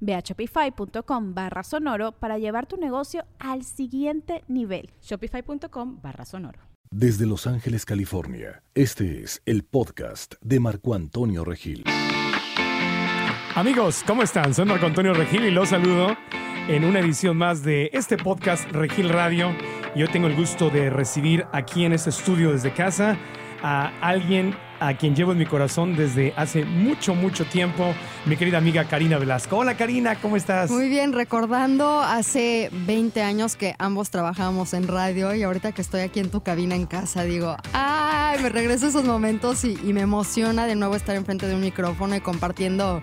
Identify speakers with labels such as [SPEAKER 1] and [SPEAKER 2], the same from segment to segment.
[SPEAKER 1] Ve a shopify.com barra sonoro para llevar tu negocio al siguiente nivel.
[SPEAKER 2] Shopify.com barra sonoro.
[SPEAKER 3] Desde Los Ángeles, California, este es el podcast de Marco Antonio Regil.
[SPEAKER 4] Amigos, ¿cómo están? Soy Marco Antonio Regil y los saludo en una edición más de este podcast Regil Radio. Yo tengo el gusto de recibir aquí en este estudio desde casa a alguien a quien llevo en mi corazón desde hace mucho, mucho tiempo, mi querida amiga Karina Velasco. Hola Karina, ¿cómo estás?
[SPEAKER 5] Muy bien, recordando hace 20 años que ambos trabajábamos en radio y ahorita que estoy aquí en tu cabina en casa, digo, ay, me regreso a esos momentos y, y me emociona de nuevo estar enfrente de un micrófono y compartiendo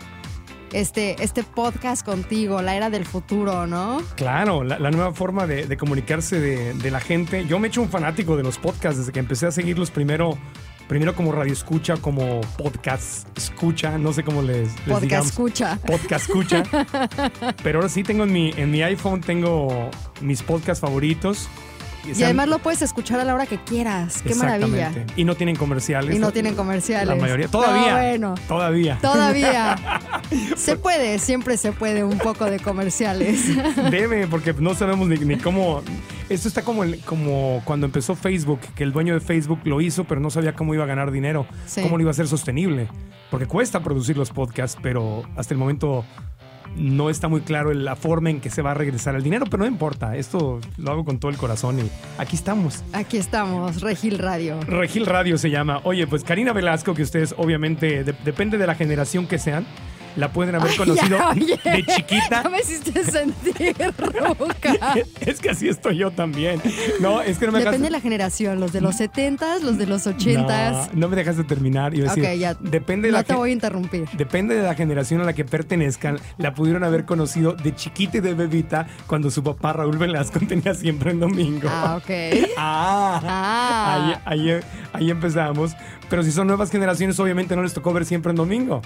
[SPEAKER 5] este, este podcast contigo, la era del futuro, ¿no?
[SPEAKER 4] Claro, la, la nueva forma de, de comunicarse de, de, la gente. Yo me he hecho un fanático de los podcasts desde que empecé a seguirlos primero. Primero como radio escucha, como podcast escucha, no sé cómo les, les
[SPEAKER 5] podcast digamos. escucha.
[SPEAKER 4] Podcast escucha. Pero ahora sí tengo en mi, en mi iPhone, tengo mis podcasts favoritos.
[SPEAKER 5] Y o sea, además lo puedes escuchar a la hora que quieras. Qué maravilla.
[SPEAKER 4] Y no tienen comerciales.
[SPEAKER 5] Y no tienen comerciales.
[SPEAKER 4] La mayoría. Todavía. No, bueno. Todavía.
[SPEAKER 5] Todavía. se puede, siempre se puede un poco de comerciales.
[SPEAKER 4] Debe, porque no sabemos ni, ni cómo. Esto está como, el, como cuando empezó Facebook, que el dueño de Facebook lo hizo, pero no sabía cómo iba a ganar dinero, sí. cómo lo iba a hacer sostenible. Porque cuesta producir los podcasts, pero hasta el momento no está muy claro la forma en que se va a regresar el dinero, pero no importa. Esto lo hago con todo el corazón y aquí estamos.
[SPEAKER 5] Aquí estamos, Regil Radio.
[SPEAKER 4] Regil Radio se llama. Oye, pues Karina Velasco, que ustedes obviamente de depende de la generación que sean. La pueden haber conocido Ay, ya, de chiquita.
[SPEAKER 5] No me hiciste sentir roca.
[SPEAKER 4] es que así estoy yo también. No, es que no me
[SPEAKER 5] Depende dejaste... de la generación, los de los 70s, los de los 80s.
[SPEAKER 4] No, no me dejaste terminar. Yo decía, okay, ya. Depende de
[SPEAKER 5] no
[SPEAKER 4] la
[SPEAKER 5] te voy a interrumpir.
[SPEAKER 4] Depende de la generación a la que pertenezcan. La pudieron haber conocido de chiquita y de bebita cuando su papá Raúl Velasco tenía siempre en domingo.
[SPEAKER 5] Ah, ok.
[SPEAKER 4] ah, ah. Ahí, ahí, ahí empezamos. Pero si son nuevas generaciones, obviamente no les tocó ver siempre en domingo.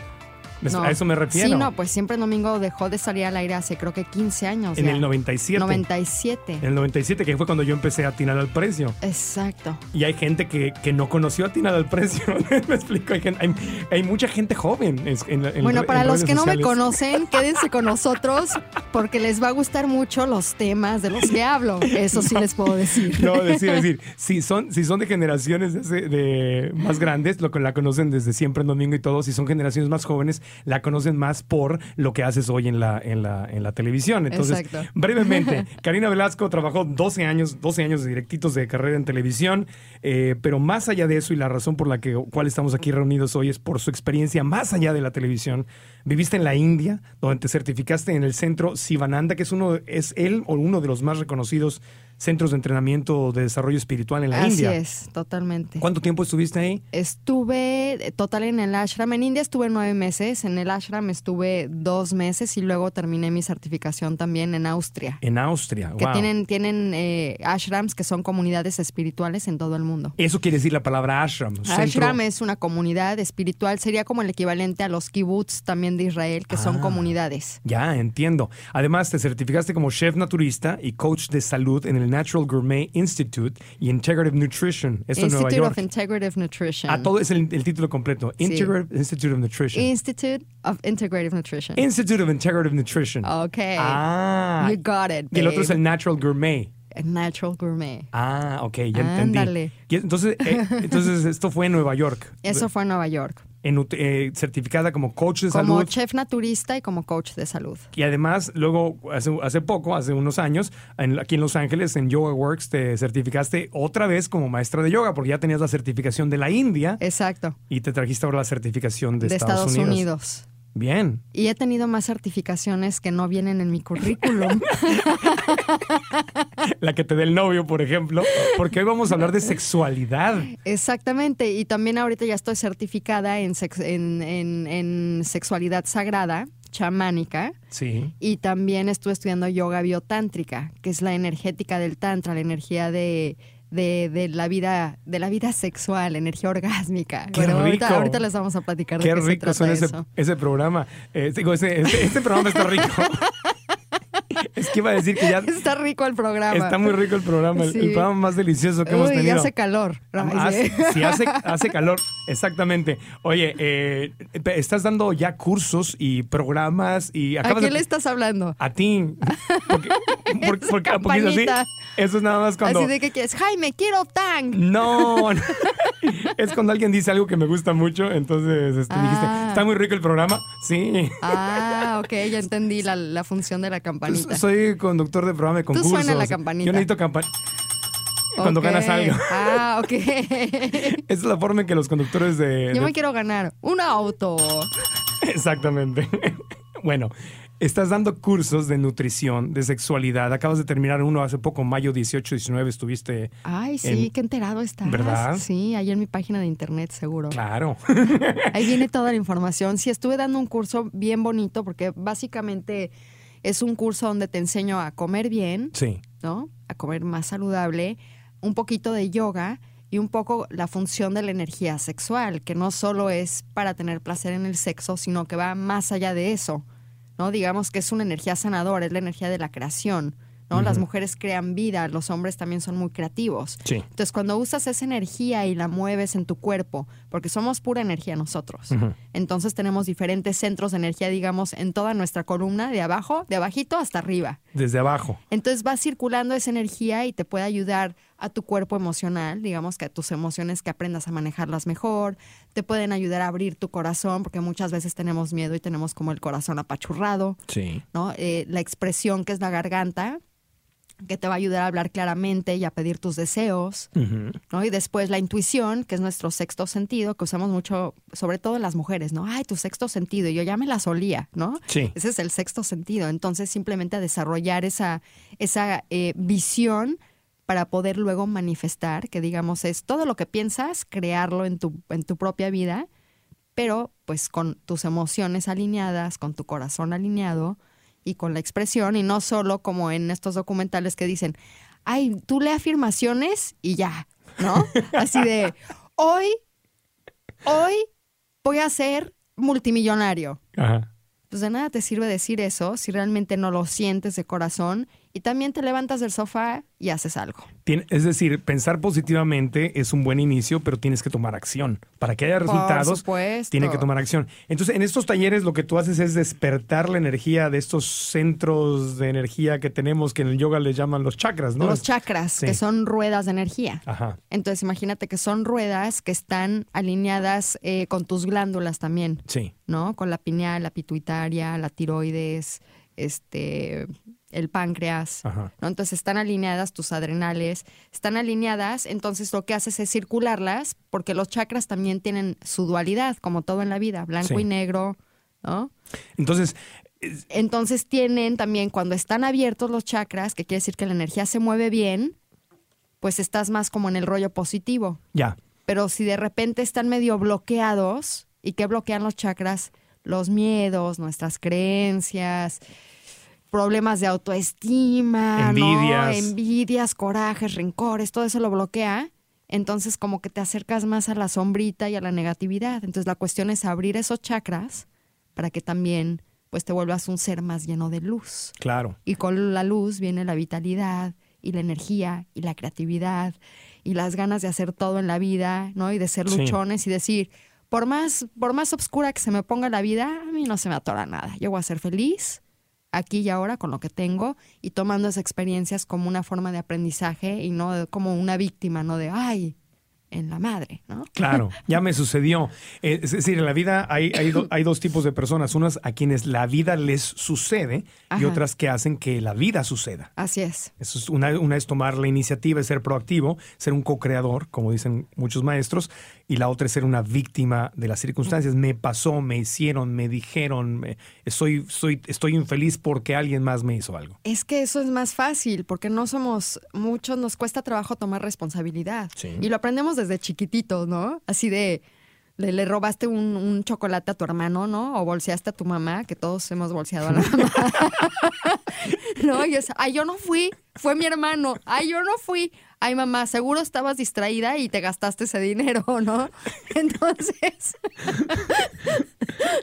[SPEAKER 4] No. pues, A eso me refiero.
[SPEAKER 5] Sí, no, pues siempre el domingo dejó de salir al aire hace creo que 15 años.
[SPEAKER 4] En ya. el 97.
[SPEAKER 5] 97.
[SPEAKER 4] En el 97, que fue cuando yo empecé a atinar al precio.
[SPEAKER 5] Exacto.
[SPEAKER 4] Y hay gente que, que no conoció a atinar al precio. me explico. Hay, hay, hay, mucha gente joven. En, en,
[SPEAKER 5] bueno,
[SPEAKER 4] en,
[SPEAKER 5] para los que
[SPEAKER 4] sociales.
[SPEAKER 5] no me conocen, quédense con nosotros porque les va a gustar mucho los temas de los que hablo. Eso sí no, les puedo decir.
[SPEAKER 4] No, decir, decir, si son, si son de generaciones de, de más grandes, lo que la conocen desde siempre el domingo y todo, si son generaciones más jóvenes, la conocen más por lo que haces hoy en la, en la, en la televisión. Entonces, Exacto. brevemente, Karina Velasco trabajó 12 años, 12 años directitos de carrera en televisión, eh, pero más allá de eso y la razón por la que, cual estamos aquí reunidos hoy es por su experiencia más allá de la televisión. Viviste en la India, donde te certificaste en el centro Sivananda, que es uno, es él o uno de los más reconocidos centros de entrenamiento de desarrollo espiritual en la
[SPEAKER 5] Así
[SPEAKER 4] India.
[SPEAKER 5] Así es, totalmente.
[SPEAKER 4] ¿Cuánto tiempo estuviste ahí?
[SPEAKER 5] Estuve eh, total en el ashram. En India estuve nueve meses, en el ashram estuve dos meses y luego terminé mi certificación también en Austria.
[SPEAKER 4] En Austria,
[SPEAKER 5] Que
[SPEAKER 4] wow.
[SPEAKER 5] tienen, tienen eh, ashrams que son comunidades espirituales en todo el mundo.
[SPEAKER 4] Eso quiere decir la palabra ashram.
[SPEAKER 5] Centro... Ashram es una comunidad espiritual, sería como el equivalente a los kibbutz también de Israel, que ah, son comunidades.
[SPEAKER 4] Ya, entiendo. Además, te certificaste como chef naturista y coach de salud en el Natural Gourmet Institute y Integrative Nutrition. Esto
[SPEAKER 5] Institute
[SPEAKER 4] en Nueva York.
[SPEAKER 5] of Integrative Nutrition.
[SPEAKER 4] Ah, todo es el, el título completo. Integrative sí. Institute of Nutrition.
[SPEAKER 5] Institute of Integrative Nutrition.
[SPEAKER 4] Institute of Integrative Nutrition.
[SPEAKER 5] Ok.
[SPEAKER 4] Ah.
[SPEAKER 5] You got it. Babe.
[SPEAKER 4] Y el otro es el Natural Gourmet.
[SPEAKER 5] Natural Gourmet.
[SPEAKER 4] Ah, ok, ya Ándale. entendí. Y entonces, eh, entonces, esto fue en Nueva York.
[SPEAKER 5] Eso fue en Nueva York.
[SPEAKER 4] en nut- eh, certificada como coach de
[SPEAKER 5] Como
[SPEAKER 4] salud.
[SPEAKER 5] chef naturista y como coach de salud.
[SPEAKER 4] Y además, luego, hace, hace poco, hace unos años, en- aquí en Los Ángeles, en Yoga Works, te certificaste otra vez como maestra de yoga, porque ya tenías la certificación de la India
[SPEAKER 5] Exacto.
[SPEAKER 4] y te trajiste ahora la certificación de,
[SPEAKER 5] De, Estados, Unidos.
[SPEAKER 4] Bien.
[SPEAKER 5] Y he tenido más certificaciones que no vienen en mi currículum.
[SPEAKER 4] La que te dé el novio, por ejemplo, porque hoy vamos a hablar de sexualidad.
[SPEAKER 5] Exactamente. Y también ahorita ya estoy certificada en, sex- en, en- en sexualidad sagrada, chamánica.
[SPEAKER 4] Sí.
[SPEAKER 5] Y también estuve estudiando yoga biotántrica, que es la energética del tantra, la energía de, de- de la vida, de la vida sexual, energía orgásmica.
[SPEAKER 4] ¡Qué
[SPEAKER 5] Pero ahorita,
[SPEAKER 4] rico!
[SPEAKER 5] ahorita les vamos a platicar
[SPEAKER 4] Qué
[SPEAKER 5] de qué se
[SPEAKER 4] rico
[SPEAKER 5] trata
[SPEAKER 4] suena ese,
[SPEAKER 5] eso.
[SPEAKER 4] ese programa. Eh, digo, ese- este, este programa está rico. es que iba a decir que ya
[SPEAKER 5] Está rico el programa.
[SPEAKER 4] está muy rico el programa, el, el
[SPEAKER 5] Sí.
[SPEAKER 4] programa más delicioso que hemos
[SPEAKER 5] Uy,
[SPEAKER 4] tenido.
[SPEAKER 5] ya hace calor.
[SPEAKER 4] Hace- Ah, sí, hace, hace calor, exactamente. Oye, eh, pe- estás dando ya cursos y programas y
[SPEAKER 5] ¿A
[SPEAKER 4] acabas
[SPEAKER 5] quién
[SPEAKER 4] de- Ah,
[SPEAKER 5] le estás hablando?
[SPEAKER 4] A ti. Porque, porque-
[SPEAKER 5] Esa
[SPEAKER 4] porque- porque es así.
[SPEAKER 5] campanita.
[SPEAKER 4] Eso es nada más cuando...
[SPEAKER 5] Así de que quieres, Jaime, quiero tang.
[SPEAKER 4] No, no. es cuando alguien dice algo que me gusta mucho, entonces este, dijiste,
[SPEAKER 5] Ah.
[SPEAKER 4] está muy rico el programa. Sí.
[SPEAKER 5] Ah, ok, ya entendí la, la función de la campanita.
[SPEAKER 4] Pues, Soy conductor de programa de
[SPEAKER 5] suena
[SPEAKER 4] concursos.
[SPEAKER 5] la campanita.
[SPEAKER 4] Yo necesito campanita. Cuando
[SPEAKER 5] Ok.
[SPEAKER 4] ganas algo.
[SPEAKER 5] Ah, ok.
[SPEAKER 4] Esa es la forma en que los conductores de.
[SPEAKER 5] Yo
[SPEAKER 4] de-
[SPEAKER 5] me quiero ganar un auto.
[SPEAKER 4] Exactamente. bueno, estás dando cursos de nutrición, de sexualidad. Acabas de terminar uno hace poco, mayo 18, 19, estuviste.
[SPEAKER 5] Ay, sí,
[SPEAKER 4] En-
[SPEAKER 5] qué enterado estás.
[SPEAKER 4] ¿Verdad?
[SPEAKER 5] Sí, ahí en mi página de internet, seguro.
[SPEAKER 4] Claro.
[SPEAKER 5] Ahí viene toda la información. Sí, estuve dando un curso bien bonito porque básicamente es un curso donde te enseño a comer bien,
[SPEAKER 4] sí.
[SPEAKER 5] ¿no? A comer más saludable, un poquito de yoga y un poco la función de la energía sexual, que no solo es para tener placer en el sexo, sino que va más allá de eso, ¿no? Digamos que es una energía sanadora, es la energía de la creación, ¿no? Las mujeres crean vida, los hombres también son muy creativos.
[SPEAKER 4] Sí.
[SPEAKER 5] Entonces, cuando usas esa energía y la mueves en tu cuerpo, porque somos pura energía nosotros,
[SPEAKER 4] Ujú.
[SPEAKER 5] entonces tenemos diferentes centros de energía, digamos, en toda nuestra columna, de abajo, de abajito hasta arriba.
[SPEAKER 4] Desde abajo.
[SPEAKER 5] Entonces va circulando esa energía y te puede ayudar a tu cuerpo emocional, digamos que a tus emociones que aprendas a manejarlas mejor, te pueden ayudar a abrir tu corazón, porque muchas veces tenemos miedo y tenemos como el corazón apachurrado,
[SPEAKER 4] Sí.
[SPEAKER 5] ¿no? Eh, la expresión que es la garganta, que te va a ayudar a hablar claramente y a pedir tus deseos, ¿no? Y después la intuición, que es nuestro sexto sentido, que usamos mucho, sobre todo las mujeres, ¿no? Ay, tu sexto sentido, y yo ya me la solía, ¿no?
[SPEAKER 4] Sí.
[SPEAKER 5] Ese es el sexto sentido. Entonces, simplemente a desarrollar esa, esa eh, visión para poder luego manifestar, que digamos es todo lo que piensas, crearlo en tu, en tu propia vida, pero pues con tus emociones alineadas, con tu corazón alineado y con la expresión, y no solo como en estos documentales que dicen, ay, tú le afirmaciones y ya, ¿no? Así de, hoy, hoy voy a ser multimillonario
[SPEAKER 4] Ajá.
[SPEAKER 5] pues de nada te sirve decir eso si realmente no lo sientes de corazón y también te levantas del sofá y haces algo.
[SPEAKER 4] Tien- es decir, pensar positivamente es un buen inicio, pero tienes que tomar acción. Para que haya resultados,
[SPEAKER 5] supuesto.
[SPEAKER 4] tiene que tomar acción. Entonces, en estos talleres lo que tú haces es despertar la energía de estos centros de energía que tenemos, que en el yoga les llaman los chakras, ¿no?
[SPEAKER 5] Los chakras,
[SPEAKER 4] Sí.
[SPEAKER 5] que son ruedas de energía.
[SPEAKER 4] Ajá.
[SPEAKER 5] Entonces imagínate que son ruedas que están alineadas eh, con tus glándulas también,
[SPEAKER 4] Sí.
[SPEAKER 5] ¿no? Con la pineal, la pituitaria, la tiroides, este, el páncreas.
[SPEAKER 4] Ajá.
[SPEAKER 5] ¿no? Entonces están alineadas tus adrenales, están alineadas, entonces lo que haces es circularlas, porque los chakras también tienen su dualidad, como todo en la vida, blanco
[SPEAKER 4] Sí.
[SPEAKER 5] y negro, ¿no?
[SPEAKER 4] Entonces,
[SPEAKER 5] Entonces tienen también, cuando están abiertos los chakras, que quiere decir que la energía se mueve bien, pues estás más como en el rollo positivo.
[SPEAKER 4] ya.
[SPEAKER 5] Pero si de repente están medio bloqueados, ¿y qué bloquean los chakras? Los miedos, nuestras creencias, problemas de autoestima, ¿no?
[SPEAKER 4] Envidias.
[SPEAKER 5] envidias, corajes, rencores, todo eso lo bloquea. Entonces como que te acercas más a la sombrita y a la negatividad. Entonces la cuestión es abrir esos chakras para que también pues te vuelvas un ser más lleno de luz.
[SPEAKER 4] Claro.
[SPEAKER 5] Y con la luz viene la vitalidad y la energía y la creatividad y las ganas de hacer todo en la vida, ¿no? Y de ser
[SPEAKER 4] Sí.
[SPEAKER 5] luchones y decir, por más, por más obscura que se me ponga la vida, a mí no se me atora nada. Yo voy a ser feliz aquí y ahora con lo que tengo y tomando esas experiencias como una forma de aprendizaje y no de- como una víctima, ¿no? De, ay, en la madre, ¿no?
[SPEAKER 4] Claro, ya me sucedió. Eh, Es decir, en la vida hay, hay, do- hay dos tipos de personas, unas a quienes la vida les sucede y
[SPEAKER 5] Ajá.
[SPEAKER 4] otras que hacen que la vida suceda.
[SPEAKER 5] Así es.
[SPEAKER 4] Eso es una, una es tomar la iniciativa, es ser proactivo, ser un co-creador, como dicen muchos maestros, y la otra es ser una víctima de las circunstancias. Me pasó, me hicieron, me dijeron, me- soy, soy, estoy infeliz porque alguien más me hizo algo.
[SPEAKER 5] Es que eso es más fácil, porque no somos muchos, nos cuesta trabajo tomar responsabilidad.
[SPEAKER 4] Sí.
[SPEAKER 5] Y lo aprendemos desde chiquititos, ¿no? Así de, le, le robaste un, un chocolate a tu hermano, ¿no? O bolseaste a tu mamá, que todos hemos bolseado a la mamá. no, y es, ay, yo no fui, fue mi hermano, ay, yo no fui. Ay, mamá, seguro estabas distraída y te gastaste ese dinero, ¿no? Entonces,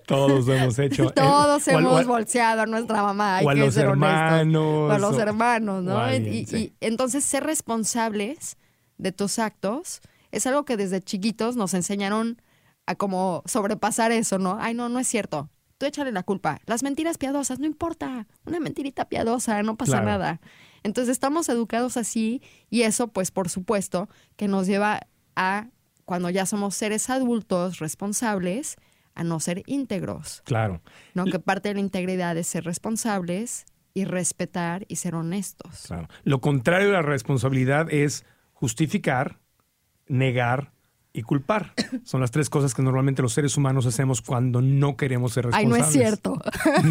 [SPEAKER 4] Todos lo hemos hecho. Eh,
[SPEAKER 5] todos
[SPEAKER 4] o al- o
[SPEAKER 5] hemos
[SPEAKER 4] al-
[SPEAKER 5] bolseado a nuestra mamá. hay
[SPEAKER 4] o a
[SPEAKER 5] que
[SPEAKER 4] los
[SPEAKER 5] ser honestos.
[SPEAKER 4] hermanos.
[SPEAKER 5] O a los
[SPEAKER 4] o-
[SPEAKER 5] hermanos,
[SPEAKER 4] o
[SPEAKER 5] ¿no?
[SPEAKER 4] a alguien,
[SPEAKER 5] y, y-
[SPEAKER 4] sí.
[SPEAKER 5] y entonces ser responsables de tus actos es algo que desde chiquitos nos enseñaron a como sobrepasar eso, ¿no? Ay, no, no es cierto. Tú échale la culpa. Las mentiras piadosas, no importa. Una mentirita piadosa, no pasa
[SPEAKER 4] Claro.
[SPEAKER 5] nada. Entonces estamos educados así y eso, pues, por supuesto, que nos lleva a, cuando ya somos seres adultos responsables, a no ser íntegros.
[SPEAKER 4] Claro.
[SPEAKER 5] ¿no? Que parte de la integridad es ser responsables y respetar y ser honestos.
[SPEAKER 4] Claro. Lo contrario de la responsabilidad es justificar, negar y culpar. Son las tres cosas que normalmente los seres humanos hacemos cuando no queremos ser
[SPEAKER 5] Ay, no
[SPEAKER 4] responsables.
[SPEAKER 5] es cierto.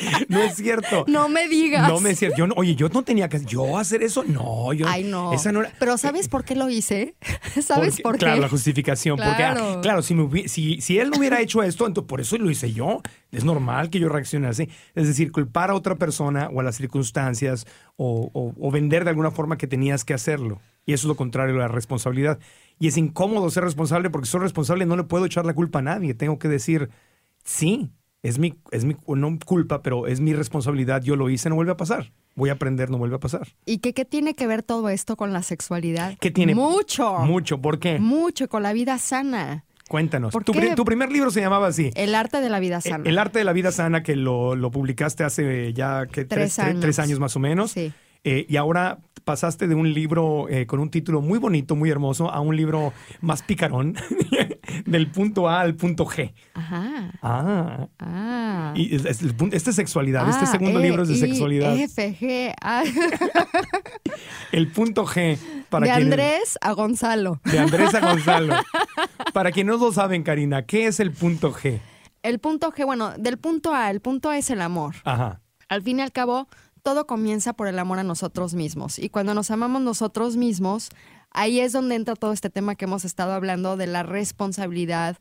[SPEAKER 4] No, no es cierto.
[SPEAKER 5] No me digas.
[SPEAKER 4] No me es cierto. Yo no- oye, yo no tenía que yo hacer eso. No, yo.
[SPEAKER 5] Ay, no.
[SPEAKER 4] Esa no era-
[SPEAKER 5] Pero ¿sabes por qué lo hice? ¿Sabes
[SPEAKER 4] porque-
[SPEAKER 5] por qué?
[SPEAKER 4] Claro, la justificación. Porque, ah,
[SPEAKER 5] Claro.
[SPEAKER 4] claro, si, me hubie- si, si él no hubiera hecho esto, entonces por eso lo hice yo. Es normal que yo reaccione así. Es decir, culpar a otra persona o a las circunstancias o, o- o vender de alguna forma que tenías que hacerlo. Y eso es lo contrario a la responsabilidad. Y es incómodo ser responsable porque si soy responsable no le puedo echar la culpa a nadie. Tengo que decir, sí, es mi, es mi no culpa, pero es mi responsabilidad. Yo lo hice, no vuelve a pasar. Voy a aprender, no vuelve a pasar.
[SPEAKER 5] ¿Y qué, qué tiene que ver todo esto con la sexualidad?
[SPEAKER 4] ¿Qué tiene?
[SPEAKER 5] Mucho.
[SPEAKER 4] Mucho. Eh. ¿Por qué?
[SPEAKER 5] Mucho, con la vida sana.
[SPEAKER 4] Cuéntanos.
[SPEAKER 5] ¿Por
[SPEAKER 4] Tu,
[SPEAKER 5] qué?
[SPEAKER 4] pri- tu primer libro se llamaba así. E-,
[SPEAKER 5] El arte de la vida sana.
[SPEAKER 4] Eh, El arte de la vida sana que lo, lo publicaste hace ya ¿qué?
[SPEAKER 5] Tres
[SPEAKER 4] tres, tre-
[SPEAKER 5] años.
[SPEAKER 4] tres años más o menos.
[SPEAKER 5] Sí.
[SPEAKER 4] Eh, y ahora pasaste de un libro eh, con un título muy bonito, muy hermoso, a un libro más picarón, del punto A al punto G.
[SPEAKER 5] Ajá.
[SPEAKER 4] Ah.
[SPEAKER 5] Ah.
[SPEAKER 4] Y es- es el pun- este es sexualidad, este
[SPEAKER 5] Ah,
[SPEAKER 4] segundo
[SPEAKER 5] E,
[SPEAKER 4] libro es de
[SPEAKER 5] I,
[SPEAKER 4] sexualidad.
[SPEAKER 5] F, G, A.
[SPEAKER 4] El punto G para
[SPEAKER 5] de
[SPEAKER 4] quienes-
[SPEAKER 5] Andrés a Gonzalo.
[SPEAKER 4] de Andrés a Gonzalo. para quienes no lo saben, Karina, ¿qué es el punto G?
[SPEAKER 5] El punto G, bueno, del punto A, el punto A es el amor.
[SPEAKER 4] Ajá.
[SPEAKER 5] Al fin y al cabo, todo comienza por el amor a nosotros mismos. Y cuando nos amamos nosotros mismos, ahí es donde entra todo este tema que hemos estado hablando de la responsabilidad,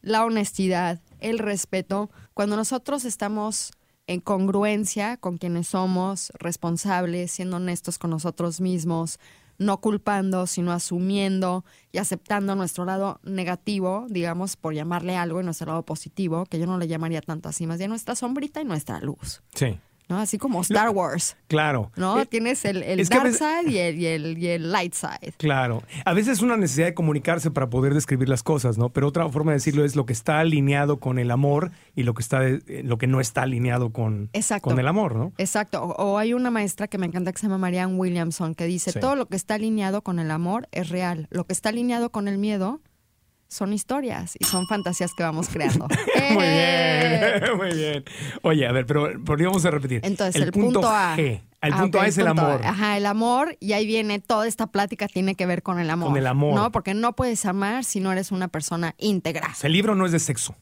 [SPEAKER 5] la honestidad, el respeto. Cuando nosotros estamos en congruencia con quienes somos, responsables, siendo honestos con nosotros mismos, no culpando, sino asumiendo y aceptando nuestro lado negativo, digamos, por llamarle algo, y nuestro lado positivo, que yo no le llamaría tanto así, más bien nuestra sombrita y nuestra luz.
[SPEAKER 4] Sí,
[SPEAKER 5] ¿no? Así como Star Wars,
[SPEAKER 4] claro.
[SPEAKER 5] ¿no?
[SPEAKER 4] Eh,
[SPEAKER 5] Tienes el, el
[SPEAKER 4] es que a
[SPEAKER 5] dark
[SPEAKER 4] veces-
[SPEAKER 5] side y el, y el- y el light side.
[SPEAKER 4] Claro. A veces es una necesidad de comunicarse para poder describir las cosas, ¿no? Pero otra forma de decirlo es lo que está alineado con el amor y lo que está eh, lo que no está alineado con,
[SPEAKER 5] Exacto.
[SPEAKER 4] con el amor, ¿no?
[SPEAKER 5] Exacto. O, o hay una maestra que me encanta que se llama Marianne Williamson que dice,
[SPEAKER 4] Sí.
[SPEAKER 5] todo lo que está alineado con el amor es real. Lo que está alineado con el miedo son historias y son fantasías que vamos creando.
[SPEAKER 4] Muy
[SPEAKER 5] ¡Eh!
[SPEAKER 4] bien, muy bien. Oye, a ver, pero volvíamos a repetir.
[SPEAKER 5] Entonces, el, punto, A.
[SPEAKER 4] G. El
[SPEAKER 5] Ah,
[SPEAKER 4] punto
[SPEAKER 5] ok,
[SPEAKER 4] A es el
[SPEAKER 5] punto
[SPEAKER 4] amor.
[SPEAKER 5] Ajá, el amor. Y ahí viene toda esta plática, tiene que ver con el amor.
[SPEAKER 4] Con el amor.
[SPEAKER 5] No, porque no puedes amar si no eres una persona íntegra.
[SPEAKER 4] O sea, el libro no es de sexo.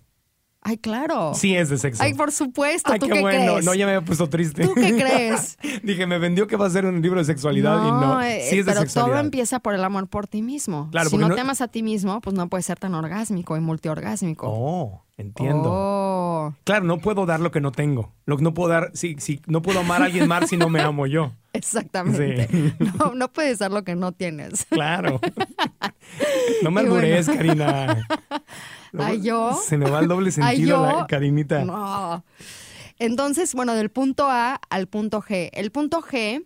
[SPEAKER 5] Ay, claro.
[SPEAKER 4] Sí es de sexo.
[SPEAKER 5] Oh. Ay, por supuesto.
[SPEAKER 4] Ay,
[SPEAKER 5] ¿Tú
[SPEAKER 4] qué
[SPEAKER 5] qué
[SPEAKER 4] bueno.
[SPEAKER 5] crees?
[SPEAKER 4] No, ya me había puesto triste.
[SPEAKER 5] ¿Tú qué crees?
[SPEAKER 4] Dije, me vendió que va a ser un libro de sexualidad y no.
[SPEAKER 5] eh,
[SPEAKER 4] Sí es de
[SPEAKER 5] pero todo
[SPEAKER 4] sexualidad.
[SPEAKER 5] empieza por el amor por ti mismo.
[SPEAKER 4] Claro,
[SPEAKER 5] si
[SPEAKER 4] porque
[SPEAKER 5] no,
[SPEAKER 4] no-
[SPEAKER 5] te amas a ti mismo, pues no puedes ser tan orgásmico y multiorgásmico.
[SPEAKER 4] Oh, entiendo.
[SPEAKER 5] Oh,
[SPEAKER 4] Claro, no puedo dar lo que no tengo. Lo que no puedo dar, si, si no puedo amar a alguien más si no me amo yo.
[SPEAKER 5] exactamente.
[SPEAKER 4] Sí.
[SPEAKER 5] No, no puedes dar lo que no tienes.
[SPEAKER 4] Claro. No me
[SPEAKER 5] Y bueno.
[SPEAKER 4] albures, Karina. Luego
[SPEAKER 5] Ay, yo.
[SPEAKER 4] Se me va el doble sentido,
[SPEAKER 5] Ay, yo.
[SPEAKER 4] la Karinita.
[SPEAKER 5] No. Entonces, bueno, del punto A al punto G. El punto G,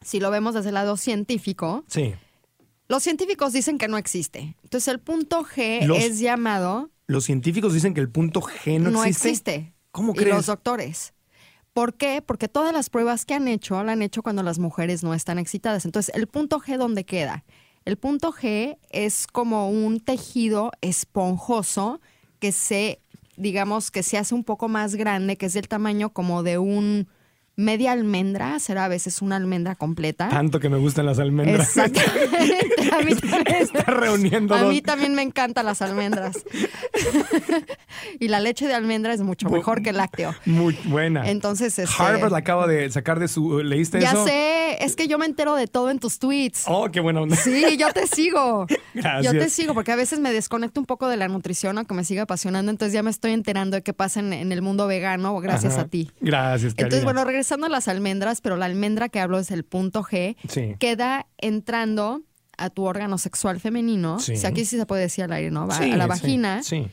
[SPEAKER 5] si lo vemos desde el lado científico,
[SPEAKER 4] Sí.
[SPEAKER 5] los científicos dicen que no existe. Entonces, el punto G
[SPEAKER 4] Los-
[SPEAKER 5] es llamado
[SPEAKER 4] Los científicos dicen que el punto G no,
[SPEAKER 5] no
[SPEAKER 4] existe.
[SPEAKER 5] existe.
[SPEAKER 4] ¿Cómo
[SPEAKER 5] y
[SPEAKER 4] crees?
[SPEAKER 5] los doctores. ¿Por qué? Porque todas las pruebas que han hecho, la han hecho cuando las mujeres no están excitadas. Entonces, el punto G, ¿dónde queda? El punto G es como un tejido esponjoso que se, digamos, que se hace un poco más grande, que es del tamaño como de un media almendra, será a veces una almendra completa.
[SPEAKER 4] Tanto que me gustan las almendras.
[SPEAKER 5] Exactamente. A mí también,
[SPEAKER 4] Está reuniendo
[SPEAKER 5] a
[SPEAKER 4] dos.
[SPEAKER 5] mí también me encantan las almendras. y la leche de almendra es mucho mejor que el lácteo.
[SPEAKER 4] Muy buena.
[SPEAKER 5] Entonces, este,
[SPEAKER 4] Harvard la acaba de sacar de su. ¿Leíste
[SPEAKER 5] ya
[SPEAKER 4] eso?
[SPEAKER 5] sé, es que yo me entero de todo en tus tweets.
[SPEAKER 4] Oh, qué buena onda.
[SPEAKER 5] Sí, yo te sigo.
[SPEAKER 4] Gracias.
[SPEAKER 5] Yo te sigo porque a veces me desconecto un poco de la nutrición, aunque me siga apasionando, entonces ya me estoy enterando de qué pasa en, en el mundo vegano gracias
[SPEAKER 4] Ajá. Pues,
[SPEAKER 5] a ti.
[SPEAKER 4] Gracias, Karina.
[SPEAKER 5] Entonces, bueno, regresando a las almendras, pero la almendra que hablo es el punto G,
[SPEAKER 4] Sí.
[SPEAKER 5] queda entrando a tu órgano sexual femenino,
[SPEAKER 4] Sí.
[SPEAKER 5] o sea, aquí sí se puede decir al aire, ¿no? Va-
[SPEAKER 4] Sí,
[SPEAKER 5] a la
[SPEAKER 4] sí,
[SPEAKER 5] vagina,
[SPEAKER 4] Sí.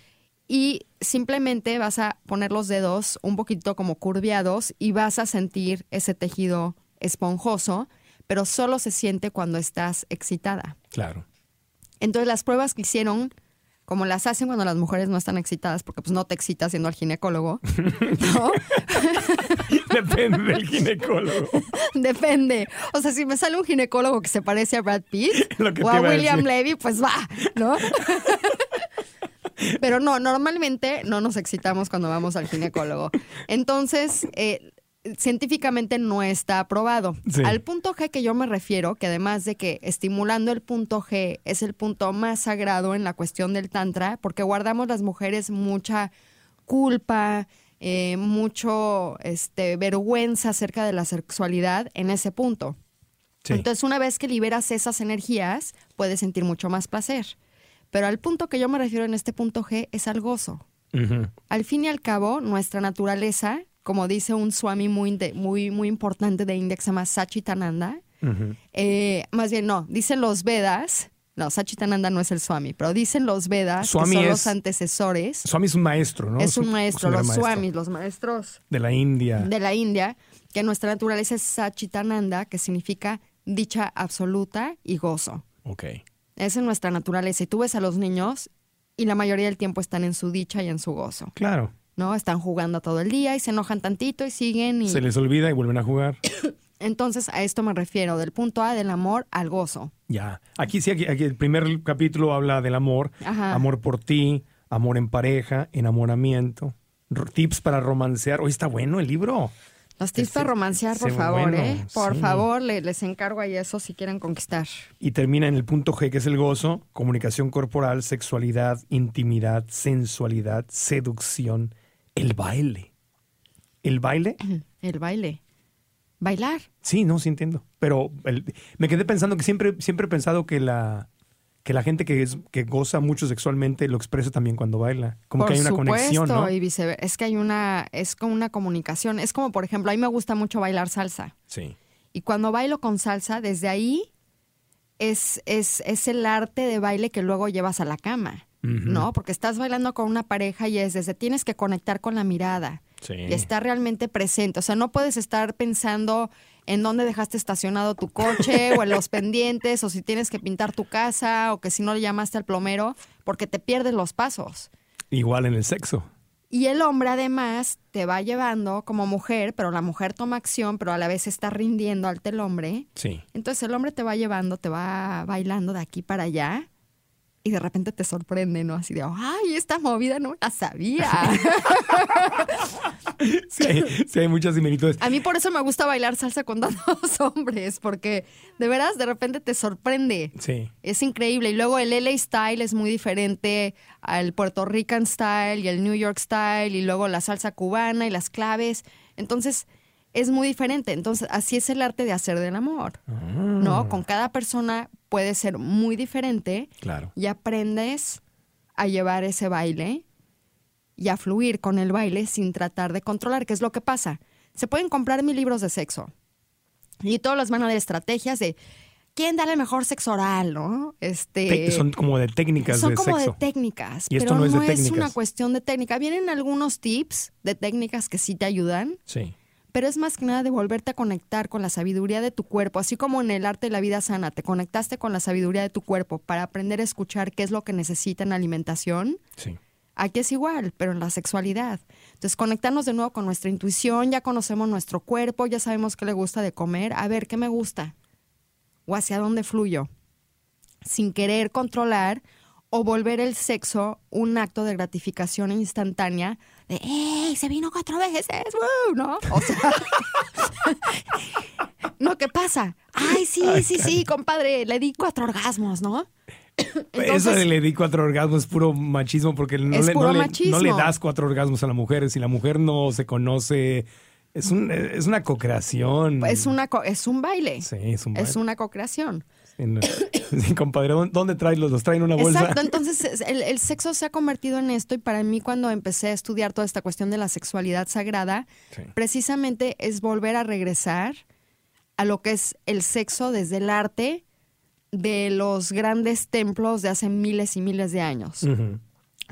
[SPEAKER 5] y simplemente vas a poner los dedos un poquito como curviados y vas a sentir ese tejido esponjoso, pero solo se siente cuando estás excitada.
[SPEAKER 4] Claro.
[SPEAKER 5] Entonces las pruebas que hicieron, como las hacen cuando las mujeres no están excitadas, porque pues no te excitas siendo al ginecólogo, ¿no?
[SPEAKER 4] Depende del ginecólogo.
[SPEAKER 5] Depende. O sea, si me sale un ginecólogo que se parece a Brad Pitt
[SPEAKER 4] Lo que
[SPEAKER 5] o
[SPEAKER 4] te
[SPEAKER 5] a
[SPEAKER 4] iba a
[SPEAKER 5] William
[SPEAKER 4] decir.
[SPEAKER 5] Levy, pues va, ¿no? Pero no, normalmente no nos excitamos cuando vamos al ginecólogo. Entonces, eh, científicamente no está aprobado.
[SPEAKER 4] Sí.
[SPEAKER 5] Al punto G que yo me refiero, que además de que estimulando el punto G es el punto más sagrado en la cuestión del tantra, porque guardamos las mujeres mucha culpa, eh, mucho este, vergüenza acerca de la sexualidad en ese punto.
[SPEAKER 4] Sí.
[SPEAKER 5] Entonces, una vez que liberas esas energías, puedes sentir mucho más placer. Pero al punto que yo me refiero en este punto G es al gozo.
[SPEAKER 4] Ujú.
[SPEAKER 5] Al fin y al cabo, nuestra naturaleza, como dice un swami muy, inde- muy, muy importante de India que se llama Sachitananda,
[SPEAKER 4] Ujú.
[SPEAKER 5] eh, más bien no, dicen los Vedas, no, Sachitananda no es el swami, pero dicen los Vedas,
[SPEAKER 4] Swami
[SPEAKER 5] que son
[SPEAKER 4] es-
[SPEAKER 5] los antecesores,
[SPEAKER 4] Swami es un maestro, ¿no?
[SPEAKER 5] es un maestro,
[SPEAKER 4] gran
[SPEAKER 5] los
[SPEAKER 4] maestro.
[SPEAKER 5] swamis, los maestros
[SPEAKER 4] De la India.
[SPEAKER 5] de la India, que nuestra naturaleza es Sachitananda, que significa dicha absoluta y gozo.
[SPEAKER 4] Ok.
[SPEAKER 5] Esa es nuestra naturaleza. Y tú ves a los niños y la mayoría del tiempo están en su dicha y en su gozo,
[SPEAKER 4] Claro.
[SPEAKER 5] ¿no? Están jugando todo el día y se enojan tantito y siguen. Y...
[SPEAKER 4] Se les olvida y vuelven a jugar.
[SPEAKER 5] Entonces a esto me refiero, del punto A del amor al gozo.
[SPEAKER 4] Ya. Aquí sí, aquí, aquí el primer capítulo habla del amor.
[SPEAKER 5] Ajá.
[SPEAKER 4] Amor por ti, amor en pareja, enamoramiento, r- tips para romancear. Hoy está bueno el libro.
[SPEAKER 5] Los tips
[SPEAKER 4] Ese-
[SPEAKER 5] para romancear, por
[SPEAKER 4] ese
[SPEAKER 5] favor,
[SPEAKER 4] bueno,
[SPEAKER 5] ¿eh? Por
[SPEAKER 4] sí.
[SPEAKER 5] favor, le- les encargo ahí eso si quieren conquistar.
[SPEAKER 4] Y termina en el punto G, que es el gozo, comunicación corporal, sexualidad, intimidad, sensualidad, seducción, el baile. ¿El baile?
[SPEAKER 5] El baile. Bailar.
[SPEAKER 4] Sí, no, sí entiendo. Pero el- me quedé pensando que siempre, siempre he pensado que la, que la gente que, es- que goza mucho sexualmente lo expresa también cuando baila. Como
[SPEAKER 5] por
[SPEAKER 4] que hay una
[SPEAKER 5] supuesto,
[SPEAKER 4] conexión, ¿no?
[SPEAKER 5] y viceversa. Es que hay una, es como una comunicación. Es como, por ejemplo, a mí me gusta mucho bailar salsa.
[SPEAKER 4] Sí.
[SPEAKER 5] Y cuando bailo con salsa, desde ahí es, es, es el arte de baile que luego llevas a la cama, ¿no? Porque estás bailando con una pareja y es desde tienes que conectar con la mirada
[SPEAKER 4] Sí.
[SPEAKER 5] y estar realmente presente. O sea, no puedes estar pensando en dónde dejaste estacionado tu coche o en los pendientes o si tienes que pintar tu casa o que si no le llamaste al plomero porque te pierdes los pasos.
[SPEAKER 4] Igual en el sexo.
[SPEAKER 5] Y el hombre además te va llevando como mujer, pero la mujer toma acción, pero a la vez está rindiendo ante el hombre.
[SPEAKER 4] Sí.
[SPEAKER 5] Entonces el hombre te va llevando, te va bailando de aquí para allá y de repente te sorprende, ¿no? Así de, ay, esta movida no me la sabía.
[SPEAKER 4] Sí, hay- sí hay muchas similitudes.
[SPEAKER 5] A mí por eso me gusta bailar salsa con tantos hombres, porque de veras de repente te sorprende.
[SPEAKER 4] Sí.
[SPEAKER 5] Es increíble. Y luego el LA Style es muy diferente al Puerto Rican Style y el New York Style y luego la salsa cubana y las claves. Entonces es muy diferente. Entonces así es el arte de hacer del amor. ¿No? Con cada persona puede ser muy diferente
[SPEAKER 4] Claro.
[SPEAKER 5] y aprendes a llevar ese baile y a fluir con el baile sin tratar de controlar, que es lo que pasa. Se pueden comprar mil libros de sexo y todos los van a dar estrategias de quién da el mejor sexo oral, ¿no? Este,
[SPEAKER 4] Te- son como de técnicas
[SPEAKER 5] son
[SPEAKER 4] de
[SPEAKER 5] como
[SPEAKER 4] sexo.
[SPEAKER 5] de técnicas,
[SPEAKER 4] Y esto
[SPEAKER 5] pero
[SPEAKER 4] no es de
[SPEAKER 5] una
[SPEAKER 4] técnicas.
[SPEAKER 5] cuestión de técnica. Vienen algunos tips de técnicas que sí te ayudan,
[SPEAKER 4] sí.
[SPEAKER 5] pero es más que nada de volverte a conectar con la sabiduría de tu cuerpo, así como en el arte de la vida sana, te conectaste con la sabiduría de tu cuerpo para aprender a escuchar qué es lo que necesita en alimentación.
[SPEAKER 4] Sí.
[SPEAKER 5] Aquí es igual, pero en la sexualidad. Entonces, conectarnos de nuevo con nuestra intuición, ya conocemos nuestro cuerpo, ya sabemos qué le gusta de comer, a ver qué me gusta o hacia dónde fluyo. sin querer controlar o volver el sexo un acto de gratificación instantánea de ¡Ey! Se vino cuatro veces, ¡Woo! ¿no? O sea, no, ¿qué pasa? Ay, sí, sí, sí, compadre, le di cuatro orgasmos, ¿no?
[SPEAKER 4] Eso de le di cuatro orgasmos es puro machismo porque no,
[SPEAKER 5] Es
[SPEAKER 4] le,
[SPEAKER 5] puro
[SPEAKER 4] no, le-
[SPEAKER 5] machismo.
[SPEAKER 4] no le das cuatro orgasmos a la mujer. Si la mujer no se conoce, es, un, es una cocreación.
[SPEAKER 5] es, una co- es un baile,
[SPEAKER 4] Sí, es un.
[SPEAKER 5] es una cocreación.
[SPEAKER 4] Sí, no. Sí, compadre, ¿dó- ¿dónde traes los? ¿Los traen en una bolsa?
[SPEAKER 5] Exacto, entonces es- el, el sexo se ha convertido en esto y para mí cuando empecé a estudiar toda esta cuestión de la sexualidad sagrada,
[SPEAKER 4] Sí.
[SPEAKER 5] precisamente es volver a regresar a lo que es el sexo desde el arte de los grandes templos de hace miles y miles de años,
[SPEAKER 4] Ujú.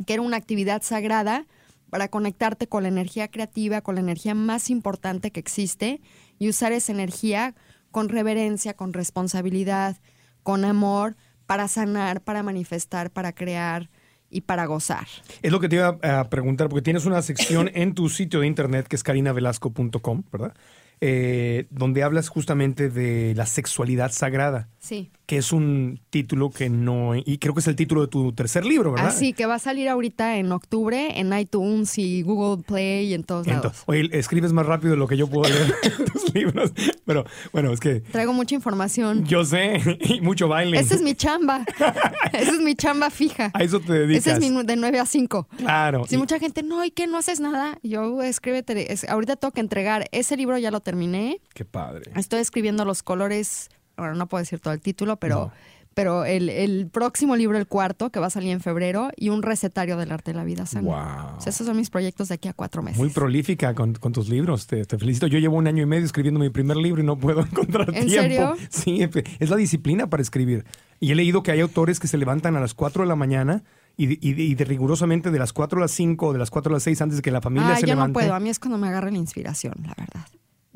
[SPEAKER 5] que era una actividad sagrada para conectarte con la energía creativa, con la energía más importante que existe y usar esa energía con reverencia, con responsabilidad, con amor, para sanar, para manifestar, para crear y para gozar.
[SPEAKER 4] Es lo que te iba a preguntar, porque tienes una sección en tu sitio de internet que es carinavelasco.com, ¿verdad? Eh, donde hablas justamente de la sexualidad sagrada,
[SPEAKER 5] Sí.
[SPEAKER 4] que es un título que no. Y creo que es el título de tu tercer libro, ¿verdad?
[SPEAKER 5] Así que va a salir ahorita en octubre en iTunes y Google Play y en todos
[SPEAKER 4] Entonces,
[SPEAKER 5] lados.
[SPEAKER 4] oye, escribes más rápido de lo que yo puedo leer en tus libros. Pero bueno, es que
[SPEAKER 5] Traigo mucha información.
[SPEAKER 4] yo sé y mucho baile.
[SPEAKER 5] Esa Mm. es mi chamba. Esa es mi chamba fija.
[SPEAKER 4] A eso te dedicas.
[SPEAKER 5] Esa es mi nu- de 9 a 5.
[SPEAKER 4] Claro.
[SPEAKER 5] Si
[SPEAKER 4] Oh, y-
[SPEAKER 5] mucha gente, no, ¿y qué? ¿No haces nada? Yo escríbete. es- ahorita tengo que entregar. Ese libro ya lo terminé.
[SPEAKER 4] Qué padre.
[SPEAKER 5] Estoy escribiendo los colores. Bueno, no puedo decir todo el título, pero,
[SPEAKER 4] No.
[SPEAKER 5] pero el, el próximo libro, el cuarto, que va a salir en febrero, y un recetario del arte de la vida sana.
[SPEAKER 4] Wow.
[SPEAKER 5] O sea, esos son mis proyectos de aquí a cuatro meses.
[SPEAKER 4] Muy prolífica con, con tus libros, te, te felicito. Yo llevo un año y medio escribiendo mi primer libro y no puedo encontrar
[SPEAKER 5] ¿En
[SPEAKER 4] tiempo.
[SPEAKER 5] serio?
[SPEAKER 4] Sí, es la disciplina para escribir. Y he leído que hay autores que se levantan a las 4 de la mañana y, de- y de- y de rigurosamente de las 4 a las 5 o de las 4 a las 6 antes de que la familia
[SPEAKER 5] Ah,
[SPEAKER 4] se
[SPEAKER 5] yo
[SPEAKER 4] levante.
[SPEAKER 5] no puedo. A mí es cuando me agarra la inspiración, la verdad.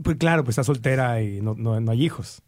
[SPEAKER 4] Pues claro, pues está soltera y no, no- no hay hijos.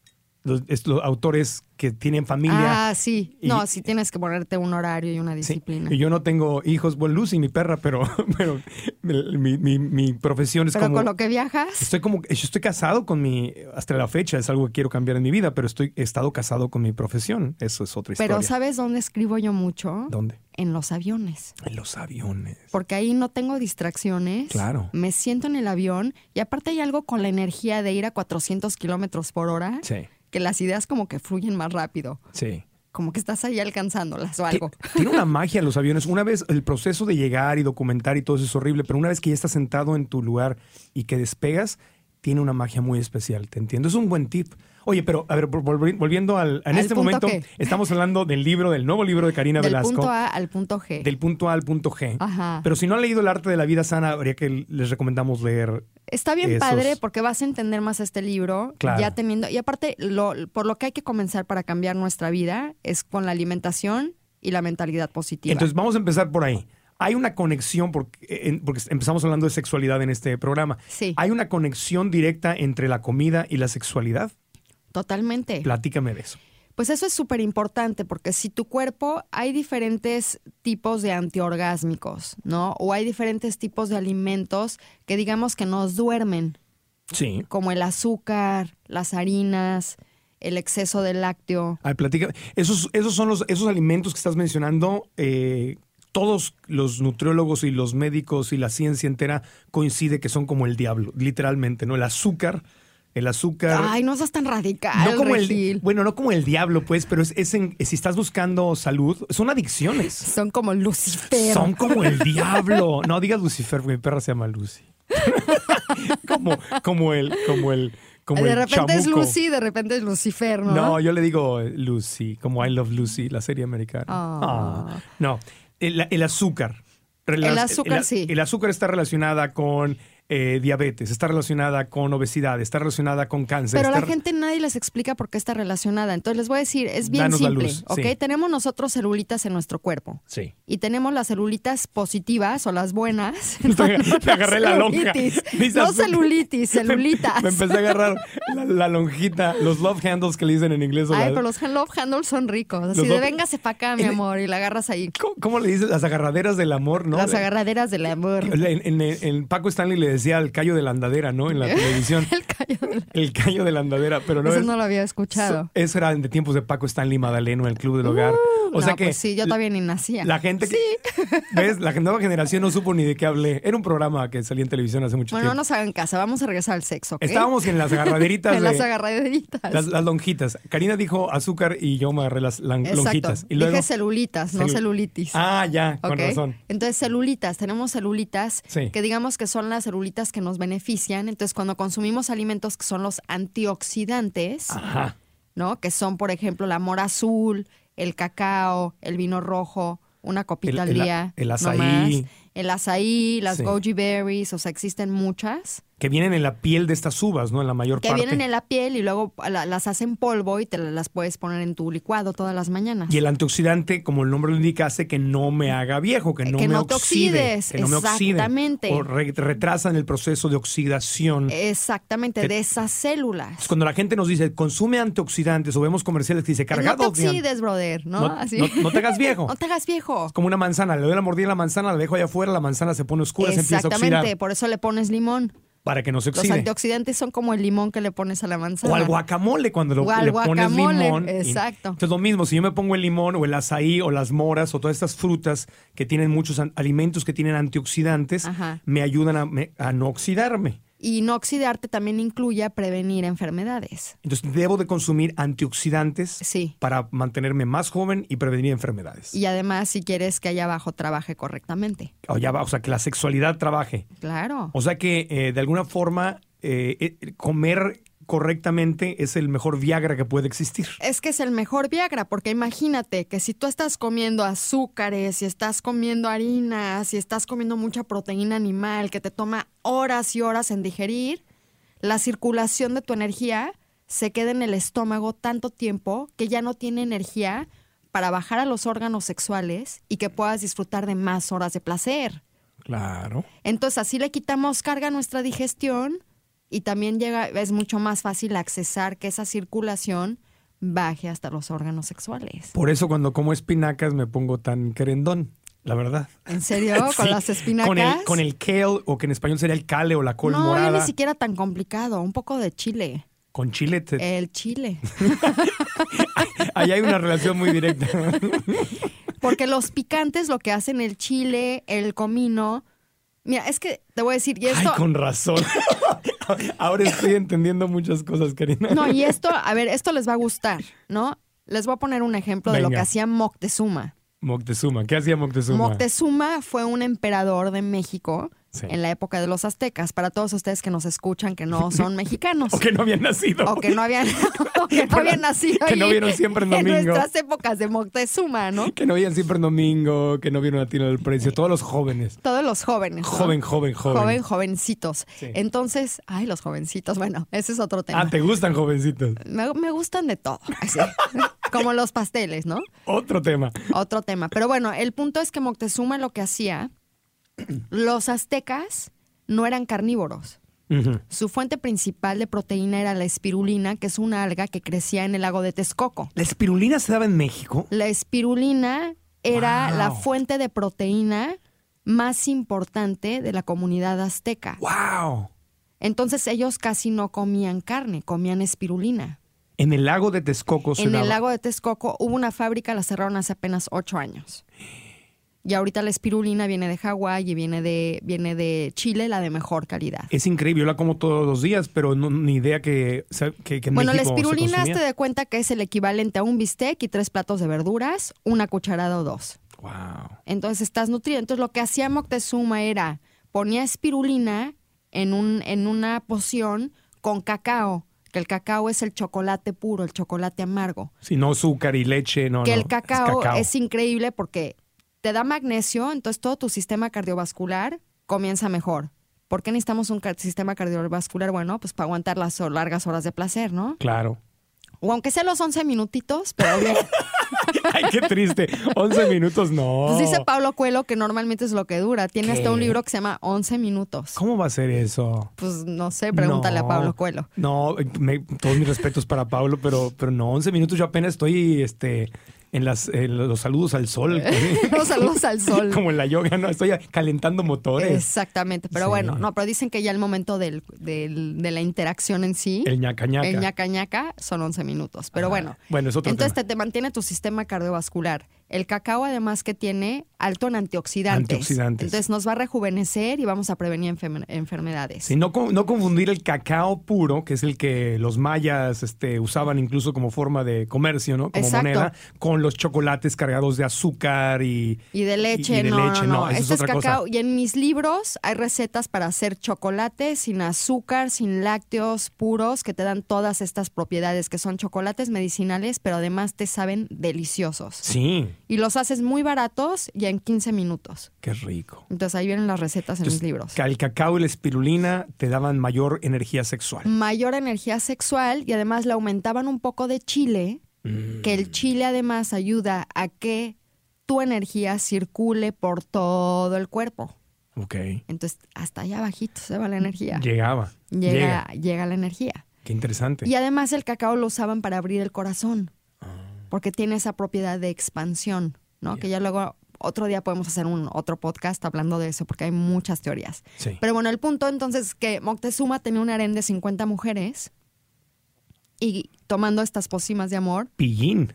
[SPEAKER 4] Los, es- los autores que tienen familia.
[SPEAKER 5] Ah, sí.
[SPEAKER 4] Y-
[SPEAKER 5] no, sí tienes que ponerte un horario y una
[SPEAKER 4] Sí,
[SPEAKER 5] disciplina.
[SPEAKER 4] y yo no tengo hijos, bueno, Lucy, mi perra, pero, pero mi, mi- mi profesión es
[SPEAKER 5] Pero
[SPEAKER 4] como...
[SPEAKER 5] con lo que viajas,
[SPEAKER 4] Estoy como, yo estoy casado con mi, hasta la fecha, es algo que quiero cambiar en mi vida, pero estoy, he estado casado con mi profesión. Eso es otra historia.
[SPEAKER 5] pero ¿sabes dónde escribo yo mucho?
[SPEAKER 4] ¿Dónde?
[SPEAKER 5] En los aviones.
[SPEAKER 4] En los aviones.
[SPEAKER 5] Porque ahí no tengo distracciones.
[SPEAKER 4] Claro.
[SPEAKER 5] Me siento en el avión y aparte hay algo con la energía de ir a 400 kilómetros por hora
[SPEAKER 4] Sí,
[SPEAKER 5] que las ideas como que fluyen más rápido.
[SPEAKER 4] sí.
[SPEAKER 5] Como que estás ahí alcanzándolas o algo.
[SPEAKER 4] Ti- Tiene una magia los aviones. Una vez el proceso de llegar y documentar y todo eso es horrible, pero una vez que ya estás sentado en tu lugar y que despegas, tiene una magia muy especial. Te entiendo. Es un buen tip. Oye, pero a ver, vol- volvi- volviendo al. En
[SPEAKER 5] ¿Al
[SPEAKER 4] este
[SPEAKER 5] punto
[SPEAKER 4] momento
[SPEAKER 5] qué?
[SPEAKER 4] estamos hablando del libro, del nuevo libro de Karina
[SPEAKER 5] Del
[SPEAKER 4] Velasco.
[SPEAKER 5] punto A al punto G.
[SPEAKER 4] Del punto A al punto G.
[SPEAKER 5] Ajá.
[SPEAKER 4] Pero si no han leído El arte de la vida sana, habría que les recomendamos leer.
[SPEAKER 5] Está bien
[SPEAKER 4] Esos-
[SPEAKER 5] padre porque vas a entender más este libro,
[SPEAKER 4] Claro.
[SPEAKER 5] ya teniendo, y aparte, lo, por lo que hay que comenzar para cambiar nuestra vida es con la alimentación y la mentalidad positiva.
[SPEAKER 4] Entonces, vamos a empezar por ahí. Hay una conexión, porque, en- porque empezamos hablando de sexualidad en este programa.
[SPEAKER 5] Sí.
[SPEAKER 4] ¿Hay una conexión directa entre la comida y la sexualidad?
[SPEAKER 5] Totalmente.
[SPEAKER 4] Platícame de eso.
[SPEAKER 5] Pues eso es súper importante porque si tu cuerpo hay diferentes tipos de antiorgásmicos, ¿no? O hay diferentes tipos de alimentos que digamos que nos duermen,
[SPEAKER 4] Sí.
[SPEAKER 5] como el azúcar, las harinas, el exceso de lácteo.
[SPEAKER 4] Ay, platícame. Esos, esos son los esos alimentos que estás mencionando. eh, todos los nutriólogos y los médicos y la ciencia entera coincide que son como el diablo, literalmente, ¿no? El azúcar, el azúcar.
[SPEAKER 5] Ay, no seas tan radical.
[SPEAKER 4] No como el,
[SPEAKER 5] Regil.
[SPEAKER 4] bueno, no como el diablo, pues, pero es, es en- si estás buscando salud, son adicciones.
[SPEAKER 5] Son como Lucifer.
[SPEAKER 4] Son como el diablo. No digas Lucifer, porque mi perra se llama Lucy. como, como el, como el, como
[SPEAKER 5] de
[SPEAKER 4] el
[SPEAKER 5] repente es
[SPEAKER 4] chamuco.
[SPEAKER 5] Lucy, de repente es Lucifer, ¿no?
[SPEAKER 4] No, yo le digo eh, Lucy, como I Love Lucy, la serie americana.
[SPEAKER 5] Ah.
[SPEAKER 4] Ah, no, el, el azúcar. Rela-
[SPEAKER 5] El azúcar, sí.
[SPEAKER 4] El azúcar está relacionada con eh, diabetes, está relacionada con obesidad, está relacionada con cáncer.
[SPEAKER 5] Pero la
[SPEAKER 4] está-
[SPEAKER 5] gente nadie les explica por qué está relacionada. Entonces les voy a decir, es bien
[SPEAKER 4] Danos la
[SPEAKER 5] simple,
[SPEAKER 4] luz,
[SPEAKER 5] ¿ok?
[SPEAKER 4] sí.
[SPEAKER 5] Tenemos nosotros celulitas en nuestro cuerpo.
[SPEAKER 4] Sí.
[SPEAKER 5] Y tenemos las celulitas positivas o las buenas.
[SPEAKER 4] Te, te agarré la lonja.
[SPEAKER 5] celulitis.
[SPEAKER 4] Dices,
[SPEAKER 5] No celulitis, celulitas.
[SPEAKER 4] Me, empecé a agarrar la, la lonjita, los love handles que le dicen en inglés. o la-
[SPEAKER 5] Ay, pero los hand- love handles son ricos. Así
[SPEAKER 4] Los
[SPEAKER 5] de
[SPEAKER 4] love-
[SPEAKER 5] véngase para acá, mi
[SPEAKER 4] Es-
[SPEAKER 5] amor, y la agarras ahí.
[SPEAKER 4] ¿Cómo, cómo le dices? Las agarraderas del amor, ¿no?
[SPEAKER 5] las agarraderas del amor.
[SPEAKER 4] En, en- en Paco Stanley le decía el callo de la andadera, ¿no? En la televisión.
[SPEAKER 5] El callo de la-
[SPEAKER 4] El callo de la andadera, pero no
[SPEAKER 5] Eso
[SPEAKER 4] es-
[SPEAKER 5] no lo había escuchado.
[SPEAKER 4] so- Eso era de tiempos de Paco Stanley Madaleno, el Club del Hogar. o sea
[SPEAKER 5] No,
[SPEAKER 4] que
[SPEAKER 5] pues sí, yo también ni nacía.
[SPEAKER 4] la gente que ves, la nueva generación no supo ni de qué hablé. Era un programa que salía en televisión hace mucho
[SPEAKER 5] Bueno, no
[SPEAKER 4] tiempo.
[SPEAKER 5] nos hagan casa, vamos a regresar al sexo. ¿ok?
[SPEAKER 4] Estábamos en las agarraderitas
[SPEAKER 5] en
[SPEAKER 4] de
[SPEAKER 5] las agarraditas.
[SPEAKER 4] las, las lonjitas. Karina dijo azúcar y yo me agarré las lan-
[SPEAKER 5] Exacto.
[SPEAKER 4] lonjitas. Y luego
[SPEAKER 5] Dije celulitas, no
[SPEAKER 4] Celu-
[SPEAKER 5] celulitis.
[SPEAKER 4] Ah, ya, con
[SPEAKER 5] ¿ok?
[SPEAKER 4] razón.
[SPEAKER 5] Entonces, celulitas, tenemos celulitas
[SPEAKER 4] Sí.
[SPEAKER 5] que digamos que son las celulitas que nos benefician. Entonces, cuando consumimos alimentos que son los antioxidantes,
[SPEAKER 4] Ajá.
[SPEAKER 5] ¿no? Que son, por ejemplo, la mora azul, el cacao, el vino rojo, una copita
[SPEAKER 4] El-
[SPEAKER 5] al
[SPEAKER 4] el a-
[SPEAKER 5] día.
[SPEAKER 4] el
[SPEAKER 5] no
[SPEAKER 4] azaí.
[SPEAKER 5] más. El azaí, las
[SPEAKER 4] Sí.
[SPEAKER 5] goji berries, o sea, existen muchas
[SPEAKER 4] Que vienen en la piel de estas uvas, ¿no? En la mayor
[SPEAKER 5] que
[SPEAKER 4] parte.
[SPEAKER 5] vienen en la piel y luego la- las hacen polvo y te las puedes poner en tu licuado todas las mañanas.
[SPEAKER 4] Y el antioxidante, como el nombre lo indica, hace que no me haga viejo, que no
[SPEAKER 5] Eh, Que
[SPEAKER 4] me
[SPEAKER 5] no te
[SPEAKER 4] oxide.
[SPEAKER 5] oxides,
[SPEAKER 4] que no me oxide.
[SPEAKER 5] exactamente.
[SPEAKER 4] O re- retrasan el proceso de oxidación.
[SPEAKER 5] Exactamente,
[SPEAKER 4] Que-
[SPEAKER 5] de esas células.
[SPEAKER 4] Entonces, cuando la gente nos dice, consume antioxidantes o vemos comerciales que dice,
[SPEAKER 5] Que No te
[SPEAKER 4] cargados de an-
[SPEAKER 5] oxides, brother, ¿no?
[SPEAKER 4] No-
[SPEAKER 5] Así.
[SPEAKER 4] no- no te hagas viejo.
[SPEAKER 5] no te hagas viejo.
[SPEAKER 4] Es como una manzana, le doy la mordida a la manzana, la dejo allá afuera, la manzana se pone oscura, se empieza a
[SPEAKER 5] Exactamente,
[SPEAKER 4] oxidar
[SPEAKER 5] por eso le pones limón.
[SPEAKER 4] para que no se
[SPEAKER 5] Los
[SPEAKER 4] oxide.
[SPEAKER 5] antioxidantes son como el limón que le pones a la manzana.
[SPEAKER 4] O al guacamole, cuando lo,
[SPEAKER 5] O al
[SPEAKER 4] le pones
[SPEAKER 5] guacamole,
[SPEAKER 4] limón. y-
[SPEAKER 5] exacto.
[SPEAKER 4] Entonces, lo mismo, si yo me pongo el limón o el azaí o las moras o todas estas frutas que tienen muchos an- alimentos que tienen antioxidantes,
[SPEAKER 5] Ajá.
[SPEAKER 4] me ayudan a, me- a no oxidarme.
[SPEAKER 5] Y no oxidarte también incluye prevenir enfermedades.
[SPEAKER 4] Entonces, debo de consumir antioxidantes
[SPEAKER 5] Sí.
[SPEAKER 4] para mantenerme más joven y prevenir enfermedades.
[SPEAKER 5] Y además, si quieres que allá abajo trabaje correctamente.
[SPEAKER 4] O, ya va, o sea, que la sexualidad trabaje.
[SPEAKER 5] Claro.
[SPEAKER 4] O sea que, eh, de alguna forma, eh, eh, comer correctamente es el mejor Viagra que puede existir.
[SPEAKER 5] Es que es el mejor Viagra, porque imagínate que si tú estás comiendo azúcares, si estás comiendo harinas, si estás comiendo mucha proteína animal que te toma horas y horas en digerir, la circulación de tu energía se queda en el estómago tanto tiempo que ya no tiene energía para bajar a los órganos sexuales y que puedas disfrutar de más horas de placer.
[SPEAKER 4] Claro.
[SPEAKER 5] Entonces así le quitamos carga a nuestra digestión y también llega, es mucho más fácil accesar que esa circulación baje hasta los órganos sexuales.
[SPEAKER 4] Por eso cuando como espinacas me pongo tan querendón, la verdad.
[SPEAKER 5] ¿En serio? ¿Con
[SPEAKER 4] Sí,
[SPEAKER 5] las espinacas?
[SPEAKER 4] Con el, con el kale, o que en español sería el cale o la col
[SPEAKER 5] no, ya
[SPEAKER 4] morada.
[SPEAKER 5] ni siquiera tan complicado. Un poco de chile.
[SPEAKER 4] Con chile. te-
[SPEAKER 5] El chile.
[SPEAKER 4] Ahí hay una relación muy directa.
[SPEAKER 5] Porque los picantes lo que hacen el chile, el comino. Mira, es que te voy a decir, y esto.
[SPEAKER 4] Ay, con razón. Ahora estoy entendiendo muchas cosas, Karina.
[SPEAKER 5] No, y esto, a ver, esto les va a gustar, ¿no? Les voy a poner un ejemplo de lo que
[SPEAKER 4] Venga.
[SPEAKER 5] hacía Moctezuma.
[SPEAKER 4] Moctezuma. ¿Qué hacía Moctezuma?
[SPEAKER 5] Moctezuma fue un emperador de México
[SPEAKER 4] Sí.
[SPEAKER 5] en la época de los aztecas. Para todos ustedes que nos escuchan que no son mexicanos.
[SPEAKER 4] O que no había nacido.
[SPEAKER 5] O que no habían, o que no habían nacido
[SPEAKER 4] Que no
[SPEAKER 5] ahí
[SPEAKER 4] vieron siempre en domingo.
[SPEAKER 5] nuestras épocas de Moctezuma, ¿no?
[SPEAKER 4] Que no veían siempre en domingo, que no vieron a Tino del Precio. Todos los jóvenes.
[SPEAKER 5] Todos los jóvenes. ¿no?
[SPEAKER 4] Joven, joven, joven.
[SPEAKER 5] Joven, jovencitos.
[SPEAKER 4] Sí.
[SPEAKER 5] Entonces, ay, los jovencitos. Bueno, ese es otro tema.
[SPEAKER 4] Ah, ¿te gustan jovencitos?
[SPEAKER 5] me, me gustan de todo. así. Como los pasteles, ¿no?
[SPEAKER 4] Otro tema.
[SPEAKER 5] Otro tema. Pero bueno, el punto es que Moctezuma lo que hacía, los aztecas no eran carnívoros.
[SPEAKER 4] Ujú.
[SPEAKER 5] Su fuente principal de proteína era la espirulina, que es una alga que crecía en el lago de Texcoco.
[SPEAKER 4] ¿La espirulina se daba en México?
[SPEAKER 5] La espirulina era
[SPEAKER 4] Wow.
[SPEAKER 5] la fuente de proteína más importante de la comunidad azteca.
[SPEAKER 4] ¡Wow!
[SPEAKER 5] Entonces ellos casi no comían carne, comían espirulina.
[SPEAKER 4] En el lago de Texcoco se
[SPEAKER 5] en
[SPEAKER 4] daba.
[SPEAKER 5] el lago de Texcoco hubo una fábrica, la cerraron hace apenas ocho años. Y ahorita la espirulina viene de Hawái y viene de, viene de Chile, la de mejor calidad.
[SPEAKER 4] Es increíble, yo la como todos los días, pero no, ni idea que, o sea, que, que en
[SPEAKER 5] Bueno,
[SPEAKER 4] México
[SPEAKER 5] la
[SPEAKER 4] se
[SPEAKER 5] espirulina
[SPEAKER 4] consumía.
[SPEAKER 5] te de cuenta que es el equivalente a un bistec y tres platos de verduras, una cucharada o dos.
[SPEAKER 4] Wow.
[SPEAKER 5] Entonces estás nutrido. Entonces lo que hacía Moctezuma era ponía espirulina en, un, en una poción con cacao, que el cacao es el chocolate puro, el chocolate amargo.
[SPEAKER 4] Si no azúcar y leche, no,
[SPEAKER 5] que
[SPEAKER 4] no,
[SPEAKER 5] el cacao es, increíble porque te da magnesio, entonces todo tu sistema cardiovascular comienza mejor. ¿Por qué necesitamos un car- sistema cardiovascular? Bueno, pues para aguantar las hor- largas horas de placer, ¿no?
[SPEAKER 4] Claro.
[SPEAKER 5] O aunque sea los 11 minutitos, pero bien.
[SPEAKER 4] Ay, qué triste. 11 minutos, no.
[SPEAKER 5] Pues dice Pablo Cuelo que normalmente es lo que dura. Tiene
[SPEAKER 4] Oh. ¿Qué?
[SPEAKER 5] hasta un libro que se llama 11 minutos.
[SPEAKER 4] ¿Cómo va a ser eso?
[SPEAKER 5] Pues no sé, pregúntale
[SPEAKER 4] No.
[SPEAKER 5] a Pablo Cuelo.
[SPEAKER 4] No, me- todos mis respetos para Pablo, pero, pero no, 11 minutos yo apenas estoy este, en, las, en los saludos al sol.
[SPEAKER 5] Los saludos al sol.
[SPEAKER 4] Como en la yoga, ¿no? Estoy calentando motores.
[SPEAKER 5] Exactamente, pero
[SPEAKER 4] Sí.
[SPEAKER 5] bueno, no, pero dicen que ya el momento del, del- de la interacción en sí,
[SPEAKER 4] El ñaca ñaca.
[SPEAKER 5] el ñaca ñaca, son 11 minutos. Pero
[SPEAKER 4] Ah,
[SPEAKER 5] bueno,
[SPEAKER 4] Bueno, es otro
[SPEAKER 5] entonces
[SPEAKER 4] tema.
[SPEAKER 5] te, te mantiene tu sistema cardiovascular. El cacao además que tiene alto en antioxidantes.
[SPEAKER 4] Antioxidantes.
[SPEAKER 5] Entonces nos va a rejuvenecer y vamos a prevenir enferme- enfermedades.
[SPEAKER 4] Sí, no, co- no confundir el cacao puro, que es el que los mayas este, usaban incluso como forma de comercio, ¿no? Como
[SPEAKER 5] Exacto.
[SPEAKER 4] moneda, con los chocolates cargados de azúcar y...
[SPEAKER 5] Y de leche,
[SPEAKER 4] y de
[SPEAKER 5] no,
[SPEAKER 4] leche,
[SPEAKER 5] no,
[SPEAKER 4] no,
[SPEAKER 5] no.
[SPEAKER 4] eso es
[SPEAKER 5] Este es,
[SPEAKER 4] otra cosa.
[SPEAKER 5] cacao. Y en mis libros hay recetas para hacer chocolate sin azúcar, sin lácteos puros, que te dan todas estas propiedades, que son chocolates medicinales, pero además te saben deliciosos.
[SPEAKER 4] Sí,
[SPEAKER 5] Y los haces muy baratos y en 15 minutos.
[SPEAKER 4] qué rico.
[SPEAKER 5] Entonces ahí vienen las recetas en
[SPEAKER 4] Entonces,
[SPEAKER 5] mis libros.
[SPEAKER 4] ca- El cacao y la espirulina te daban mayor energía sexual.
[SPEAKER 5] Mayor energía sexual y además le aumentaban un poco de chile,
[SPEAKER 4] Mm,
[SPEAKER 5] que el chile además ayuda a que tu energía circule por todo el cuerpo.
[SPEAKER 4] Ok.
[SPEAKER 5] Entonces, hasta allá abajito se va la energía.
[SPEAKER 4] Llegaba.
[SPEAKER 5] Llega,
[SPEAKER 4] Llega.
[SPEAKER 5] llega la energía.
[SPEAKER 4] Qué interesante.
[SPEAKER 5] Y además el cacao lo usaban para abrir el corazón,
[SPEAKER 4] Ah.
[SPEAKER 5] porque tiene esa propiedad de expansión, ¿no? Que ya luego otro día podemos hacer un otro podcast hablando de eso, porque hay muchas teorías.
[SPEAKER 4] Sí.
[SPEAKER 5] Pero bueno, el punto entonces es que Moctezuma tenía un harén de 50 mujeres y tomando estas pócimas de amor,
[SPEAKER 4] Pillín.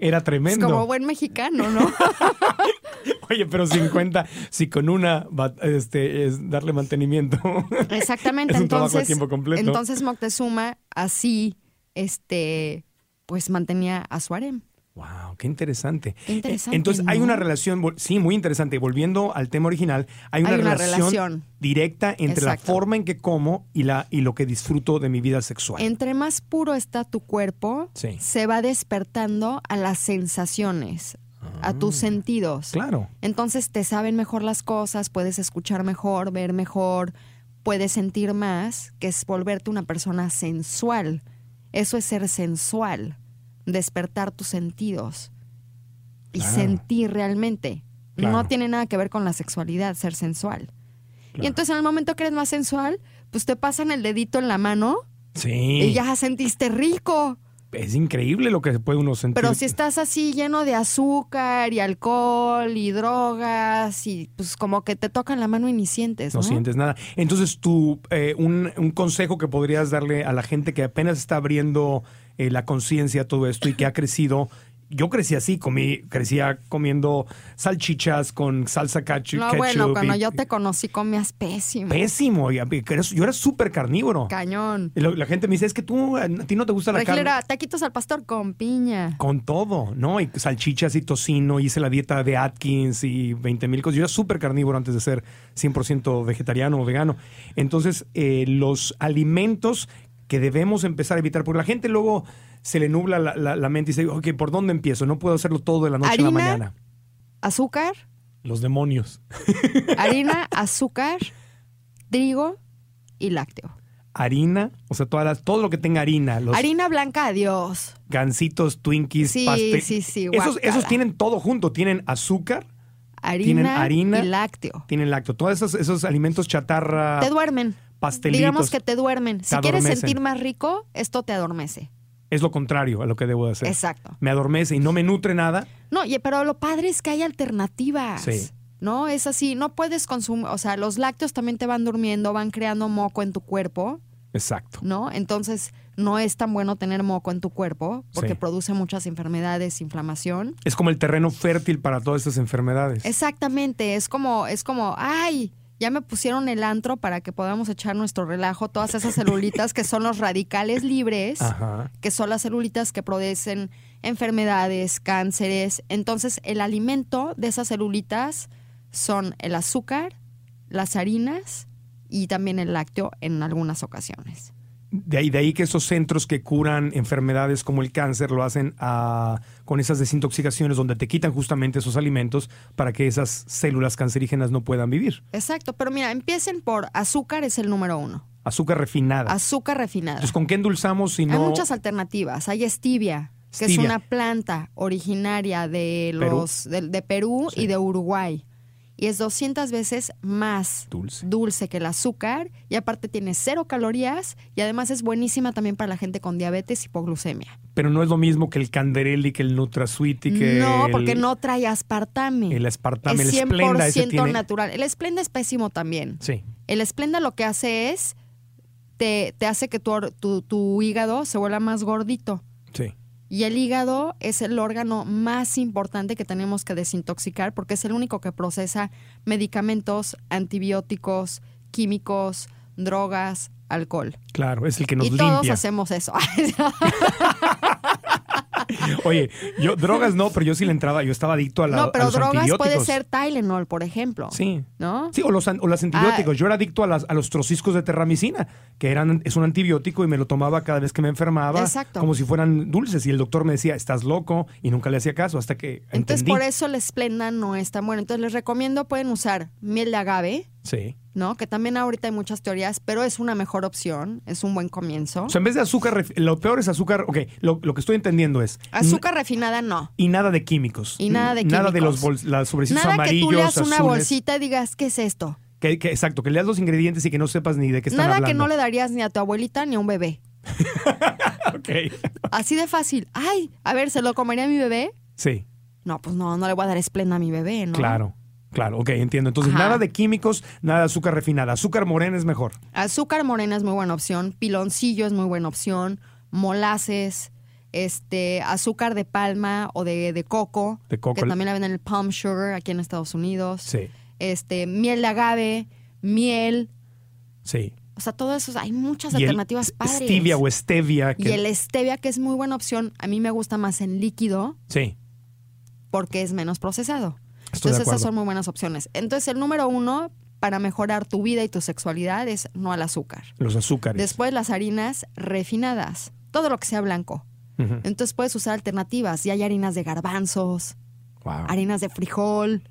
[SPEAKER 4] Era
[SPEAKER 5] es
[SPEAKER 4] tremendo.
[SPEAKER 5] como buen mexicano, ¿no?
[SPEAKER 4] Oye, pero 50, si con una va- este, es darle mantenimiento.
[SPEAKER 5] Exactamente.
[SPEAKER 4] Es un trabajo a
[SPEAKER 5] entonces,
[SPEAKER 4] tiempo completo.
[SPEAKER 5] entonces Moctezuma así, este, pues mantenía a su harem.
[SPEAKER 4] wow, qué interesante.
[SPEAKER 5] Qué interesante,
[SPEAKER 4] Entonces, hay
[SPEAKER 5] ¿no?
[SPEAKER 4] una relación, vol- sí, muy interesante. Volviendo al tema original, hay una,
[SPEAKER 5] Hay una
[SPEAKER 4] relación,
[SPEAKER 5] relación.
[SPEAKER 4] directa entre la
[SPEAKER 5] Exacto.
[SPEAKER 4] forma en que como y, la, y lo que disfruto de mi vida sexual.
[SPEAKER 5] Entre más puro está tu cuerpo,
[SPEAKER 4] Sí.
[SPEAKER 5] se va despertando a las sensaciones, a tus
[SPEAKER 4] Ah.
[SPEAKER 5] sentidos.
[SPEAKER 4] Claro.
[SPEAKER 5] Entonces te saben mejor las cosas, puedes escuchar mejor, ver mejor, puedes sentir más, que es volverte una persona sensual. Eso es ser sensual, despertar tus sentidos y
[SPEAKER 4] Claro.
[SPEAKER 5] sentir realmente.
[SPEAKER 4] Claro.
[SPEAKER 5] No tiene nada que ver con la sexualidad, ser sensual. Y entonces en el momento que eres más sensual, pues te pasan el dedito en la mano
[SPEAKER 4] Sí.
[SPEAKER 5] y ya sentiste rico.
[SPEAKER 4] Es increíble lo que se puede uno sentir.
[SPEAKER 5] Pero si estás así lleno de azúcar y alcohol y drogas y pues como que te tocan la mano y ni sientes,
[SPEAKER 4] No
[SPEAKER 5] ¿no?
[SPEAKER 4] sientes nada. Entonces, tú, eh, un, un consejo que podrías darle a la gente que apenas está abriendo eh, la conciencia a todo esto y que ha crecido. Yo crecí así, comí, crecía comiendo salchichas con salsa cachu- ketchup.
[SPEAKER 5] No, bueno, cuando
[SPEAKER 4] y-
[SPEAKER 5] yo te conocí comías pésimo.
[SPEAKER 4] Pésimo. y- y que eres- yo era súper carnívoro.
[SPEAKER 5] Cañón.
[SPEAKER 4] Y lo- La gente me dice, es que tú, a ti no te gusta la carne.
[SPEAKER 5] Regilera, taquitos al pastor con piña.
[SPEAKER 4] Con todo, ¿no? Y salchichas y tocino, hice la dieta de Atkins y 20 mil cosas. Yo era súper carnívoro antes de ser 100% vegetariano o vegano. Entonces, eh, los alimentos que debemos empezar a evitar, porque la gente luego se le nubla la, la- la mente y dice, ok, ¿por dónde empiezo? No puedo hacerlo todo de la noche a la
[SPEAKER 5] Harina.
[SPEAKER 4] mañana.
[SPEAKER 5] Azúcar,
[SPEAKER 4] Los demonios.
[SPEAKER 5] harina, azúcar, trigo y lácteo.
[SPEAKER 4] Harina, o sea, todas las- todo lo que tenga harina, los
[SPEAKER 5] Harina blanca, adiós.
[SPEAKER 4] gansitos, twinkies,
[SPEAKER 5] Sí,
[SPEAKER 4] pastel.
[SPEAKER 5] sí, sí,
[SPEAKER 4] esos,
[SPEAKER 5] guácala.
[SPEAKER 4] esos tienen todo junto, tienen azúcar, Tienen
[SPEAKER 5] Harina,
[SPEAKER 4] harina.
[SPEAKER 5] y lácteo.
[SPEAKER 4] tienen lacto, todos esos, esos alimentos chatarra.
[SPEAKER 5] Te duermen.
[SPEAKER 4] pastelitos.
[SPEAKER 5] Digamos que te duermen. Si quieres
[SPEAKER 4] adormecen.
[SPEAKER 5] sentir más rico, esto te adormece.
[SPEAKER 4] Es lo contrario a lo que debo de hacer.
[SPEAKER 5] Exacto.
[SPEAKER 4] Me adormece y no me nutre nada.
[SPEAKER 5] No, y- pero lo padre es que hay alternativas.
[SPEAKER 4] Sí.
[SPEAKER 5] No, es así, no puedes consumir, o sea, los lácteos también te van durmiendo, van creando moco en tu cuerpo,
[SPEAKER 4] Exacto.
[SPEAKER 5] ¿no? Entonces, no es tan bueno tener moco en tu cuerpo porque
[SPEAKER 4] Sí.
[SPEAKER 5] produce muchas enfermedades, inflamación.
[SPEAKER 4] Es como el terreno fértil para todas estas enfermedades.
[SPEAKER 5] Exactamente, es como es como, ay, ya me pusieron el antro para que podamos echar nuestro relajo, todas esas celulitas que son los radicales libres.
[SPEAKER 4] Ajá.
[SPEAKER 5] que son las celulitas que producen enfermedades, cánceres. Entonces, el alimento de esas celulitas son el azúcar, las harinas y también el lácteo en algunas ocasiones.
[SPEAKER 4] De ahí, de ahí que esos centros que curan enfermedades como el cáncer lo hacen ah, con esas desintoxicaciones donde te quitan justamente esos alimentos para que esas células cancerígenas no puedan vivir.
[SPEAKER 5] Exacto, pero mira, empiecen por azúcar es el número uno.
[SPEAKER 4] Azúcar refinada.
[SPEAKER 5] Azúcar refinada.
[SPEAKER 4] Entonces, ¿con qué endulzamos si
[SPEAKER 5] Hay
[SPEAKER 4] no?
[SPEAKER 5] muchas alternativas. Hay stevia, que es
[SPEAKER 4] Stevia.
[SPEAKER 5] una planta originaria de
[SPEAKER 4] Perú.
[SPEAKER 5] los de, de Perú
[SPEAKER 4] Sí.
[SPEAKER 5] y de Uruguay. y es 200 veces más
[SPEAKER 4] Dulce.
[SPEAKER 5] dulce que el azúcar y aparte tiene cero calorías y además es buenísima también para la gente con diabetes, hipoglucemia.
[SPEAKER 4] Pero no es lo mismo que el Canderelli, que el NutraSweet y que
[SPEAKER 5] No,
[SPEAKER 4] el-
[SPEAKER 5] porque no trae aspartame.
[SPEAKER 4] el aspartame,
[SPEAKER 5] es
[SPEAKER 4] el Splenda, ese
[SPEAKER 5] 100%
[SPEAKER 4] tiene...
[SPEAKER 5] natural. El esplenda es pésimo también.
[SPEAKER 4] Sí.
[SPEAKER 5] El esplenda lo que hace es, te, te hace que tu, or- tu- tu hígado se vuelva más gordito.
[SPEAKER 4] Sí.
[SPEAKER 5] Y el hígado es el órgano más importante que tenemos que desintoxicar porque es el único que procesa medicamentos, antibióticos, químicos, drogas, alcohol.
[SPEAKER 4] Claro, es el que nos
[SPEAKER 5] y
[SPEAKER 4] limpia.
[SPEAKER 5] todos hacemos eso.
[SPEAKER 4] Oye, yo drogas no, pero yo sí le entraba, yo estaba adicto a la
[SPEAKER 5] no,
[SPEAKER 4] a
[SPEAKER 5] pero
[SPEAKER 4] los
[SPEAKER 5] drogas puede
[SPEAKER 4] antibióticos.
[SPEAKER 5] ser Ah. Tylenol, por ejemplo.
[SPEAKER 4] Sí.
[SPEAKER 5] ¿No?
[SPEAKER 4] Sí, o los, an- o las antibióticos. Yo era adicto a, las, a los trociscos de terramicina, que eran, es un antibiótico y me lo tomaba cada vez que me enfermaba,
[SPEAKER 5] Exacto.
[SPEAKER 4] como si fueran dulces. Y el doctor me decía, estás loco, y nunca le hacía caso hasta que
[SPEAKER 5] Entonces,
[SPEAKER 4] entendí.
[SPEAKER 5] por eso el esplenda no es tan bueno. Entonces, les recomiendo, pueden usar miel de agave,
[SPEAKER 4] Sí.
[SPEAKER 5] ¿no? Que también ahorita hay muchas teorías, pero es una mejor opción, es un buen comienzo.
[SPEAKER 4] O sea, en vez de azúcar, ref- lo peor es azúcar, ok, lo, lo que estoy entendiendo es...
[SPEAKER 5] Azúcar refinada, no.
[SPEAKER 4] Y nada de químicos.
[SPEAKER 5] Y nada de
[SPEAKER 4] Nada de los
[SPEAKER 5] químicos.
[SPEAKER 4] bols- las sobrecitos
[SPEAKER 5] Nada que
[SPEAKER 4] amarillos,
[SPEAKER 5] tú leas una
[SPEAKER 4] azules.
[SPEAKER 5] bolsita y digas, ¿qué es esto?
[SPEAKER 4] Que, que- exacto, que leas los ingredientes y que no sepas ni de qué están
[SPEAKER 5] Nada que
[SPEAKER 4] hablando.
[SPEAKER 5] no le darías ni a tu abuelita ni a un bebé.
[SPEAKER 4] Ok.
[SPEAKER 5] Así de fácil. Ay, a ver, ¿se lo comería a mi bebé?
[SPEAKER 4] Sí,
[SPEAKER 5] No, pues no, no le voy a dar esplenda a mi bebé, ¿no?
[SPEAKER 4] claro. Claro, ok, entiendo. Entonces,
[SPEAKER 5] Ajá.
[SPEAKER 4] nada de químicos, nada de azúcar refinada. Azúcar morena es mejor.
[SPEAKER 5] Azúcar morena es muy buena opción, piloncillo es muy buena opción, molaces, este, azúcar de palma o de, de coco,
[SPEAKER 4] De coco.
[SPEAKER 5] que también la venden en el palm sugar aquí en Estados Unidos,
[SPEAKER 4] Sí,
[SPEAKER 5] este, miel de agave, miel,
[SPEAKER 4] sí.
[SPEAKER 5] o sea, todo eso, hay muchas
[SPEAKER 4] el
[SPEAKER 5] alternativas padres.
[SPEAKER 4] Stevia o stevia. que-
[SPEAKER 5] Y el stevia, que es muy buena opción, a mí me gusta más en líquido
[SPEAKER 4] Sí,
[SPEAKER 5] porque es menos procesado.
[SPEAKER 4] Estoy de
[SPEAKER 5] Entonces
[SPEAKER 4] acuerdo.
[SPEAKER 5] esas son muy buenas opciones. Entonces el número uno para mejorar tu vida y tu sexualidad es no al azúcar.
[SPEAKER 4] los azúcares.
[SPEAKER 5] Después las harinas refinadas, todo lo que sea blanco.
[SPEAKER 4] Ujú.
[SPEAKER 5] Entonces puedes usar alternativas. Y hay harinas de garbanzos,
[SPEAKER 4] Wow.
[SPEAKER 5] harinas de frijol,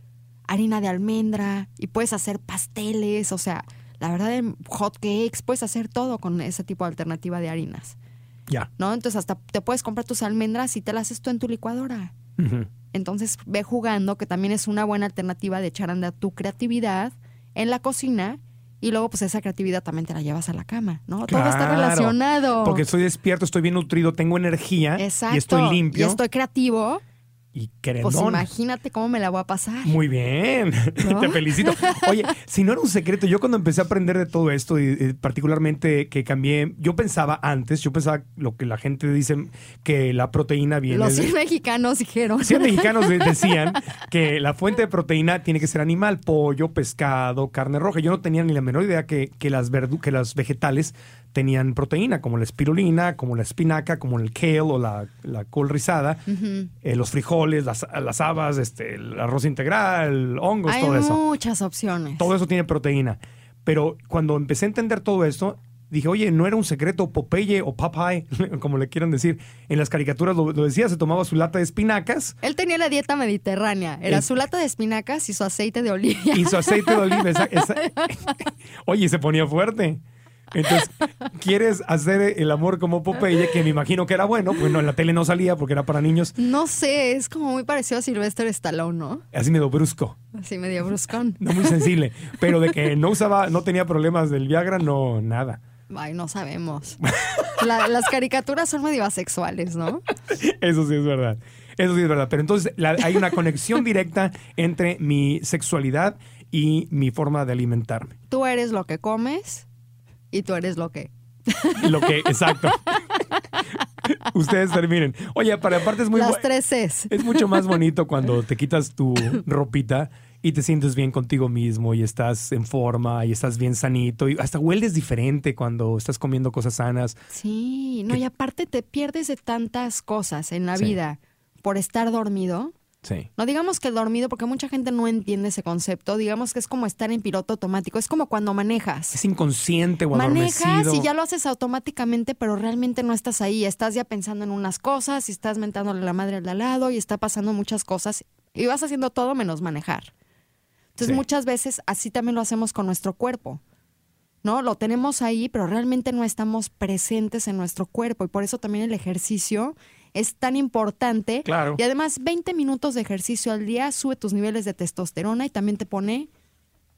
[SPEAKER 5] harina de almendra, y puedes hacer pasteles, o sea, la verdad, en hot cakes, puedes hacer todo con ese tipo de alternativa de harinas.
[SPEAKER 4] Ya.
[SPEAKER 5] ¿No? Entonces hasta te puedes comprar tus almendras y te las haces tú en tu licuadora.
[SPEAKER 4] Ujú.
[SPEAKER 5] Entonces ve jugando, que también es una buena alternativa de echar a andar tu creatividad en la cocina y luego pues esa creatividad también te la llevas a la cama, ¿no? Todo está
[SPEAKER 4] Claro.
[SPEAKER 5] relacionado.
[SPEAKER 4] Porque estoy despierto, estoy bien nutrido, tengo energía
[SPEAKER 5] Exacto.
[SPEAKER 4] ¿Eh? y estoy
[SPEAKER 5] Y
[SPEAKER 4] limpio
[SPEAKER 5] estoy creativo.
[SPEAKER 4] y
[SPEAKER 5] Pues
[SPEAKER 4] querendón.
[SPEAKER 5] imagínate cómo me la voy a pasar.
[SPEAKER 4] Muy bien,
[SPEAKER 5] ¿No?
[SPEAKER 4] te felicito. Oye, si no era un secreto, yo cuando empecé a aprender de todo esto, y, eh, particularmente que cambié, yo pensaba antes, yo pensaba lo que la gente dice que la proteína viene
[SPEAKER 5] Los
[SPEAKER 4] de-
[SPEAKER 5] 100 mexicanos dijeron.
[SPEAKER 4] 100 mexicanos de- decían que la fuente de proteína tiene que ser animal, pollo, pescado, carne roja. Yo no tenía ni la menor idea que, que, las, verdu- que las vegetales tenían proteína, como la espirulina, como la espinaca, como el kale o la, la col rizada, eh, los frijoles, las, las habas, este, el arroz integral, hongos,
[SPEAKER 5] Hay
[SPEAKER 4] todo eso.
[SPEAKER 5] muchas opciones.
[SPEAKER 4] Todo eso tiene proteína. Pero cuando empecé a entender todo esto, dije, oye, no era un secreto Popeye o Popeye, como le quieran decir. En las caricaturas lo, lo decía, se tomaba su lata de espinacas
[SPEAKER 5] Él tenía la dieta mediterránea. Era
[SPEAKER 4] Es-
[SPEAKER 5] su lata de espinacas y su aceite de oliva.
[SPEAKER 4] y su aceite de oliva. esa- esa- Oye, se ponía fuerte. Entonces, ¿quieres hacer el amor como Popeye? Que me imagino que era bueno, pues no, en la tele no salía porque era para niños.
[SPEAKER 5] No sé, es como muy parecido a Sylvester Stallone, ¿no?
[SPEAKER 4] Así medio brusco,
[SPEAKER 5] Así medio bruscón.
[SPEAKER 4] no muy sensible. Pero de que no usaba, no tenía problemas del Viagra, no, nada.
[SPEAKER 5] Ay, no sabemos. La- las caricaturas son medio asexuales, ¿no?
[SPEAKER 4] Eso sí es verdad. Eso sí es verdad. Pero entonces la- hay una conexión directa entre mi sexualidad y mi forma de alimentarme.
[SPEAKER 5] Tú eres lo que comes y tú eres lo que.
[SPEAKER 4] Lo que, exacto. Ustedes terminen. Oye, para aparte es muy
[SPEAKER 5] las
[SPEAKER 4] bu-
[SPEAKER 5] tres Cs.
[SPEAKER 4] Es mucho más bonito cuando te quitas tu ropita y te sientes bien contigo mismo y estás en forma y estás bien sanito y hasta hueles diferente cuando estás comiendo cosas sanas.
[SPEAKER 5] Sí, no, y aparte te pierdes de tantas cosas en la
[SPEAKER 4] Sí.
[SPEAKER 5] vida por estar dormido.
[SPEAKER 4] Sí.
[SPEAKER 5] No digamos que el dormido, porque mucha gente no entiende ese concepto. Digamos que es como estar en piloto automático. Es como cuando manejas.
[SPEAKER 4] Es inconsciente o
[SPEAKER 5] Manejas
[SPEAKER 4] adormecido.
[SPEAKER 5] y ya lo haces automáticamente, pero realmente no estás ahí. Estás ya pensando en unas cosas y estás mentándole la madre al de al lado y está pasando muchas cosas y vas haciendo todo menos manejar. Entonces
[SPEAKER 4] Sí.
[SPEAKER 5] muchas veces así también lo hacemos con nuestro cuerpo. ¿No? Lo tenemos ahí, pero realmente no estamos presentes en nuestro cuerpo y por eso también el ejercicio es tan importante.
[SPEAKER 4] Claro.
[SPEAKER 5] Y además, 20 minutos de ejercicio al día sube tus niveles de testosterona y también te pone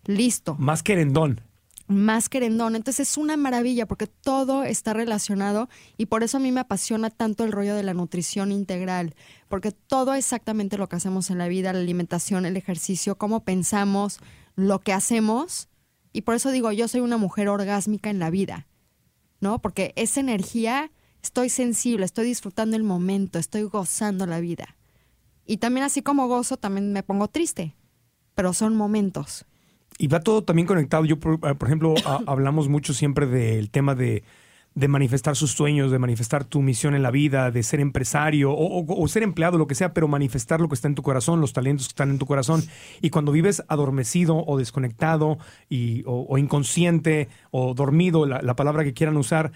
[SPEAKER 5] listo,
[SPEAKER 4] Más querendón.
[SPEAKER 5] más querendón. Entonces es una maravilla porque todo está relacionado y por eso a mí me apasiona tanto el rollo de la nutrición integral, porque todo exactamente lo que hacemos en la vida, la alimentación, el ejercicio, cómo pensamos, lo que hacemos. Y por eso digo, yo soy una mujer orgásmica en la vida. ¿no? Porque esa energía, estoy sensible, estoy disfrutando el momento, estoy gozando la vida. Y también así como gozo, también me pongo triste, pero son momentos.
[SPEAKER 4] Y va todo también conectado. Yo, por, eh, por ejemplo, a- hablamos mucho siempre del tema de, de manifestar sus sueños, de manifestar tu misión en la vida, de ser empresario o, o- o ser empleado, lo que sea, pero manifestar lo que está en tu corazón, los talentos que están en tu corazón. Y cuando vives adormecido o desconectado y, o, o inconsciente o dormido, la- la palabra que quieran usar,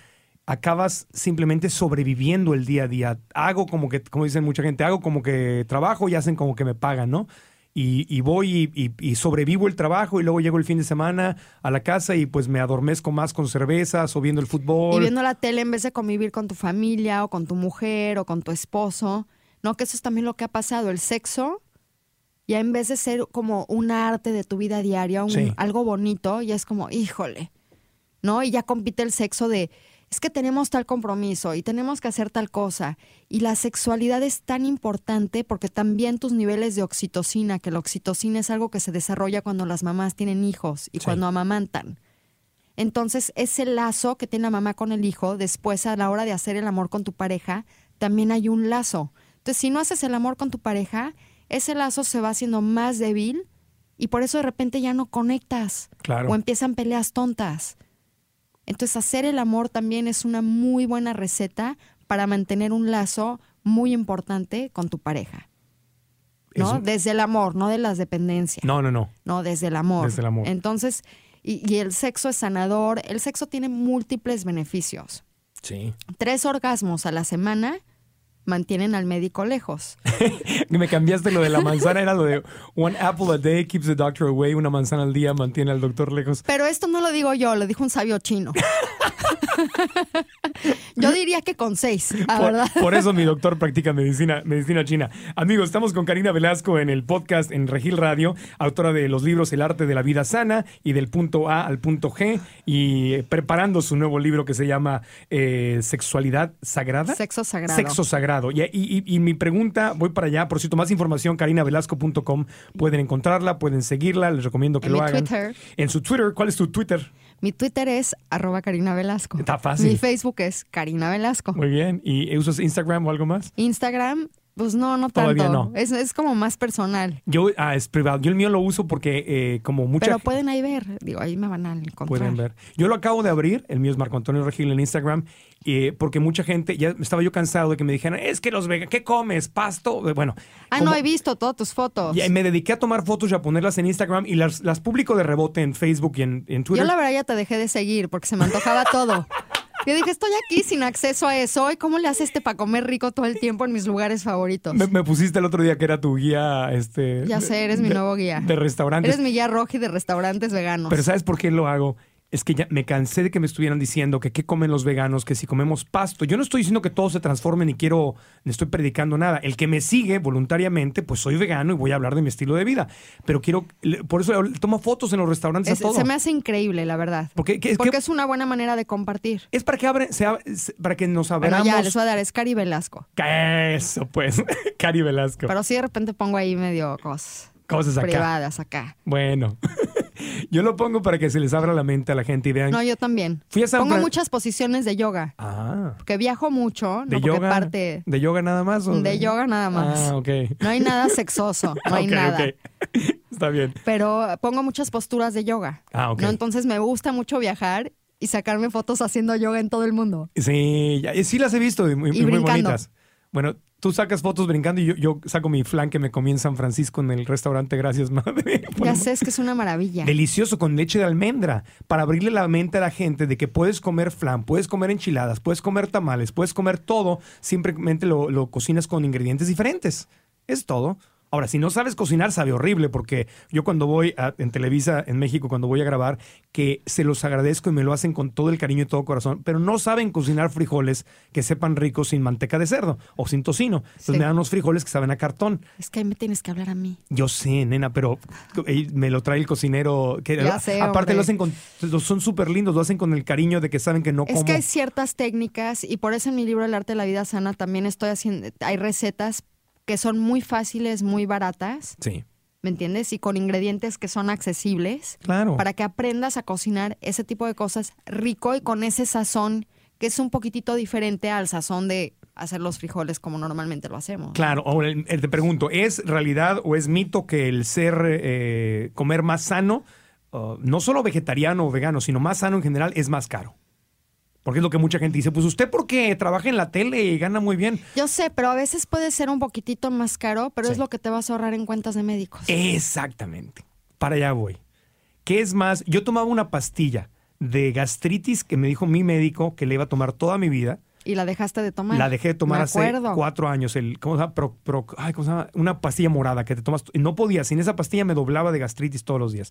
[SPEAKER 4] acabas simplemente sobreviviendo el día a día. Hago como que, como dicen mucha gente, hago como que trabajo y hacen como que me pagan, ¿no? Y, y voy y, y- y sobrevivo el trabajo y luego llego el fin de semana a la casa y pues me adormezco más con cervezas o viendo el fútbol.
[SPEAKER 5] Y viendo la tele en vez de convivir con tu familia o con tu mujer o con tu esposo, ¿no? Que eso es también lo que ha pasado, el sexo. Ya en vez de ser como un arte de tu vida diaria, un-
[SPEAKER 4] Sí.
[SPEAKER 5] algo bonito, ya es como, híjole, ¿no? Y ya compite el sexo de, es que tenemos tal compromiso y tenemos que hacer tal cosa. Y la sexualidad es tan importante porque también tus niveles de oxitocina, que la oxitocina es algo que se desarrolla cuando las mamás tienen hijos y
[SPEAKER 4] Sí.
[SPEAKER 5] cuando amamantan. Entonces, ese lazo que tiene la mamá con el hijo, después a la hora de hacer el amor con tu pareja, también hay un lazo. Entonces, si no haces el amor con tu pareja, ese lazo se va haciendo más débil y por eso de repente ya no conectas
[SPEAKER 4] Claro.
[SPEAKER 5] o empiezan peleas tontas. Entonces, hacer el amor también es una muy buena receta para mantener un lazo muy importante con tu pareja.
[SPEAKER 4] Es
[SPEAKER 5] ¿No?
[SPEAKER 4] un-
[SPEAKER 5] Desde el amor, no de las dependencias.
[SPEAKER 4] No, no, no.
[SPEAKER 5] No, desde el amor.
[SPEAKER 4] Desde el amor.
[SPEAKER 5] Entonces, y, y el sexo es sanador. El sexo tiene múltiples beneficios.
[SPEAKER 4] Sí.
[SPEAKER 5] Tres orgasmos a la semana mantienen al médico lejos.
[SPEAKER 4] Me cambiaste lo de la manzana, era lo de one apple a day keeps the doctor away, una manzana al día mantiene al doctor lejos.
[SPEAKER 5] Pero esto no lo digo yo, lo dijo un sabio chino. yo diría que con seis, la
[SPEAKER 4] Por,
[SPEAKER 5] Ah, verdad.
[SPEAKER 4] por eso mi doctor practica medicina, medicina china. Amigos, estamos con Karina Velasco en el podcast en Regil Radio, autora de los libros El arte de la vida sana y del punto A al punto G, y eh, preparando su nuevo libro que se llama eh, Sexualidad Sagrada.
[SPEAKER 5] Sexo sagrado.
[SPEAKER 4] Sexo sagrado. Y, y- y- y mi pregunta, voy para allá. Por cierto, más información, karinavelasco.com. Pueden encontrarla, pueden seguirla. Les recomiendo que
[SPEAKER 5] En
[SPEAKER 4] lo
[SPEAKER 5] mi
[SPEAKER 4] hagan.
[SPEAKER 5] Twitter.
[SPEAKER 4] En su Twitter. ¿Cuál es tu Twitter?
[SPEAKER 5] Mi Twitter es arroba Karina Velasco.
[SPEAKER 4] Está fácil.
[SPEAKER 5] Mi Facebook es Karina Velasco.
[SPEAKER 4] Muy bien. ¿Y usas Instagram o algo más?
[SPEAKER 5] Instagram, pues no, no tanto.
[SPEAKER 4] Todavía no.
[SPEAKER 5] Es, es como más personal.
[SPEAKER 4] Yo, ah, es privado. Yo el mío lo uso porque eh, como mucha
[SPEAKER 5] Pero
[SPEAKER 4] gen-
[SPEAKER 5] pueden ahí ver. Digo, ahí me van a encontrar.
[SPEAKER 4] pueden ver. Yo lo acabo de abrir, el mío es Marco Antonio Regil en Instagram, eh, porque mucha gente, ya estaba yo cansado de que me dijeran, es que los veganos, ¿qué comes? ¿Pasto? Eh, Bueno.
[SPEAKER 5] Ah,
[SPEAKER 4] como-
[SPEAKER 5] no, he visto todas tus fotos.
[SPEAKER 4] y me dediqué a tomar fotos y a ponerlas en Instagram y las, las publico de rebote en Facebook y en, en
[SPEAKER 5] Yo
[SPEAKER 4] Twitter.
[SPEAKER 5] la verdad ya te dejé de seguir porque se me antojaba todo. Yo dije, estoy aquí sin acceso a eso. ¿Y cómo le hace este para comer rico todo el tiempo en mis lugares favoritos?
[SPEAKER 4] Me, me pusiste el otro día que era tu guía, este...
[SPEAKER 5] Ya sé, eres mi
[SPEAKER 4] de-
[SPEAKER 5] nuevo guía.
[SPEAKER 4] De restaurantes.
[SPEAKER 5] Eres mi guía roji de restaurantes veganos.
[SPEAKER 4] Pero ¿sabes por qué lo hago? Es que ya me cansé de que me estuvieran diciendo que qué comen los veganos, que si comemos pasto. Yo no estoy diciendo que todos se transformen ni quiero, ni estoy predicando nada. El que me sigue voluntariamente, pues soy vegano y voy a hablar de mi estilo de vida. Pero quiero, le- por eso le- tomo fotos en los restaurantes
[SPEAKER 5] Es-
[SPEAKER 4] a todo.
[SPEAKER 5] se me hace increíble, la verdad.
[SPEAKER 4] Porque, que-
[SPEAKER 5] Porque
[SPEAKER 4] que-
[SPEAKER 5] es una buena manera de compartir.
[SPEAKER 4] es para que abre, se ab- se- para que nos
[SPEAKER 5] Bueno,
[SPEAKER 4] abramos.
[SPEAKER 5] ya, les voy a dar, es Cari Velasco.
[SPEAKER 4] Que Eso pues, Cari Velasco.
[SPEAKER 5] Pero sí de repente pongo ahí medio cosas
[SPEAKER 4] Cosas Pues acá.
[SPEAKER 5] privadas acá.
[SPEAKER 4] Bueno, yo lo pongo para que se les abra la mente a la gente y vean.
[SPEAKER 5] No, yo también.
[SPEAKER 4] Fui a San
[SPEAKER 5] Pongo
[SPEAKER 4] Fran-
[SPEAKER 5] muchas posiciones de yoga.
[SPEAKER 4] Ah,
[SPEAKER 5] Porque viajo mucho,
[SPEAKER 4] de
[SPEAKER 5] no porque
[SPEAKER 4] yoga.
[SPEAKER 5] parte
[SPEAKER 4] De yoga nada más. o
[SPEAKER 5] de yoga nada más.
[SPEAKER 4] Ah, ok.
[SPEAKER 5] No hay nada sexoso, no hay
[SPEAKER 4] Ok,
[SPEAKER 5] nada.
[SPEAKER 4] ok. Está bien.
[SPEAKER 5] Pero pongo muchas posturas de yoga.
[SPEAKER 4] Ah, ok.
[SPEAKER 5] ¿no? Entonces me gusta mucho viajar y sacarme fotos haciendo yoga en todo el mundo.
[SPEAKER 4] Sí, ya- sí las he visto y muy,
[SPEAKER 5] Y
[SPEAKER 4] y muy
[SPEAKER 5] brincando.
[SPEAKER 4] bonitas. Bueno, tú sacas fotos brincando y yo, yo saco mi flan que me comí en San Francisco en el restaurante Gracias Madre.
[SPEAKER 5] Ya
[SPEAKER 4] Bueno,
[SPEAKER 5] sé, es que es una maravilla.
[SPEAKER 4] Delicioso con leche de almendra para abrirle la mente a la gente de que puedes comer flan, puedes comer enchiladas, puedes comer tamales, puedes comer todo, simplemente lo, lo cocinas con ingredientes diferentes. Es todo. Ahora, si no sabes cocinar, sabe horrible, porque yo cuando voy a- en Televisa, en México, cuando voy a grabar, que se los agradezco y me lo hacen con todo el cariño y todo corazón, pero no saben cocinar frijoles que sepan ricos sin manteca de cerdo o sin tocino. Entonces
[SPEAKER 5] Sí.
[SPEAKER 4] me dan unos frijoles que saben a cartón.
[SPEAKER 5] Es que me tienes que hablar a mí.
[SPEAKER 4] Yo sé, nena, pero eh, me lo trae el cocinero. Que,
[SPEAKER 5] Ya sé,
[SPEAKER 4] aparte
[SPEAKER 5] hombre.
[SPEAKER 4] lo hacen con, lo- son súper lindos, lo hacen con el cariño de que saben que no como.
[SPEAKER 5] Es que hay ciertas técnicas y por eso en mi libro El arte de la vida sana también estoy haciendo, hay recetas que son muy fáciles, muy baratas,
[SPEAKER 4] Sí,
[SPEAKER 5] ¿me entiendes? Y con ingredientes que son accesibles
[SPEAKER 4] claro.
[SPEAKER 5] para que aprendas a cocinar ese tipo de cosas rico y con ese sazón que es un poquitito diferente al sazón de hacer los frijoles como normalmente lo hacemos.
[SPEAKER 4] Claro, ahora eh, te pregunto, ¿es realidad o es mito que el ser, eh, comer más sano, uh, no solo vegetariano o vegano, sino más sano en general, es más caro? Porque es lo que mucha gente dice, pues usted porque trabaja en la tele y gana muy bien.
[SPEAKER 5] Yo sé, pero a veces puede ser un poquitito más caro, pero
[SPEAKER 4] Sí.
[SPEAKER 5] es lo que te vas a ahorrar en cuentas de médicos.
[SPEAKER 4] Exactamente. Para allá voy. ¿Qué es más? Yo tomaba una pastilla de gastritis que me dijo mi médico que le iba a tomar toda mi vida.
[SPEAKER 5] y la dejaste de tomar.
[SPEAKER 4] La dejé de tomar
[SPEAKER 5] Me
[SPEAKER 4] hace
[SPEAKER 5] acuerdo.
[SPEAKER 4] cuatro años. El, ¿cómo, se llama? Pro- pro- ay, ¿Cómo se llama? Una pastilla morada que te tomas. y No podía. Sin esa pastilla me doblaba de gastritis todos los días.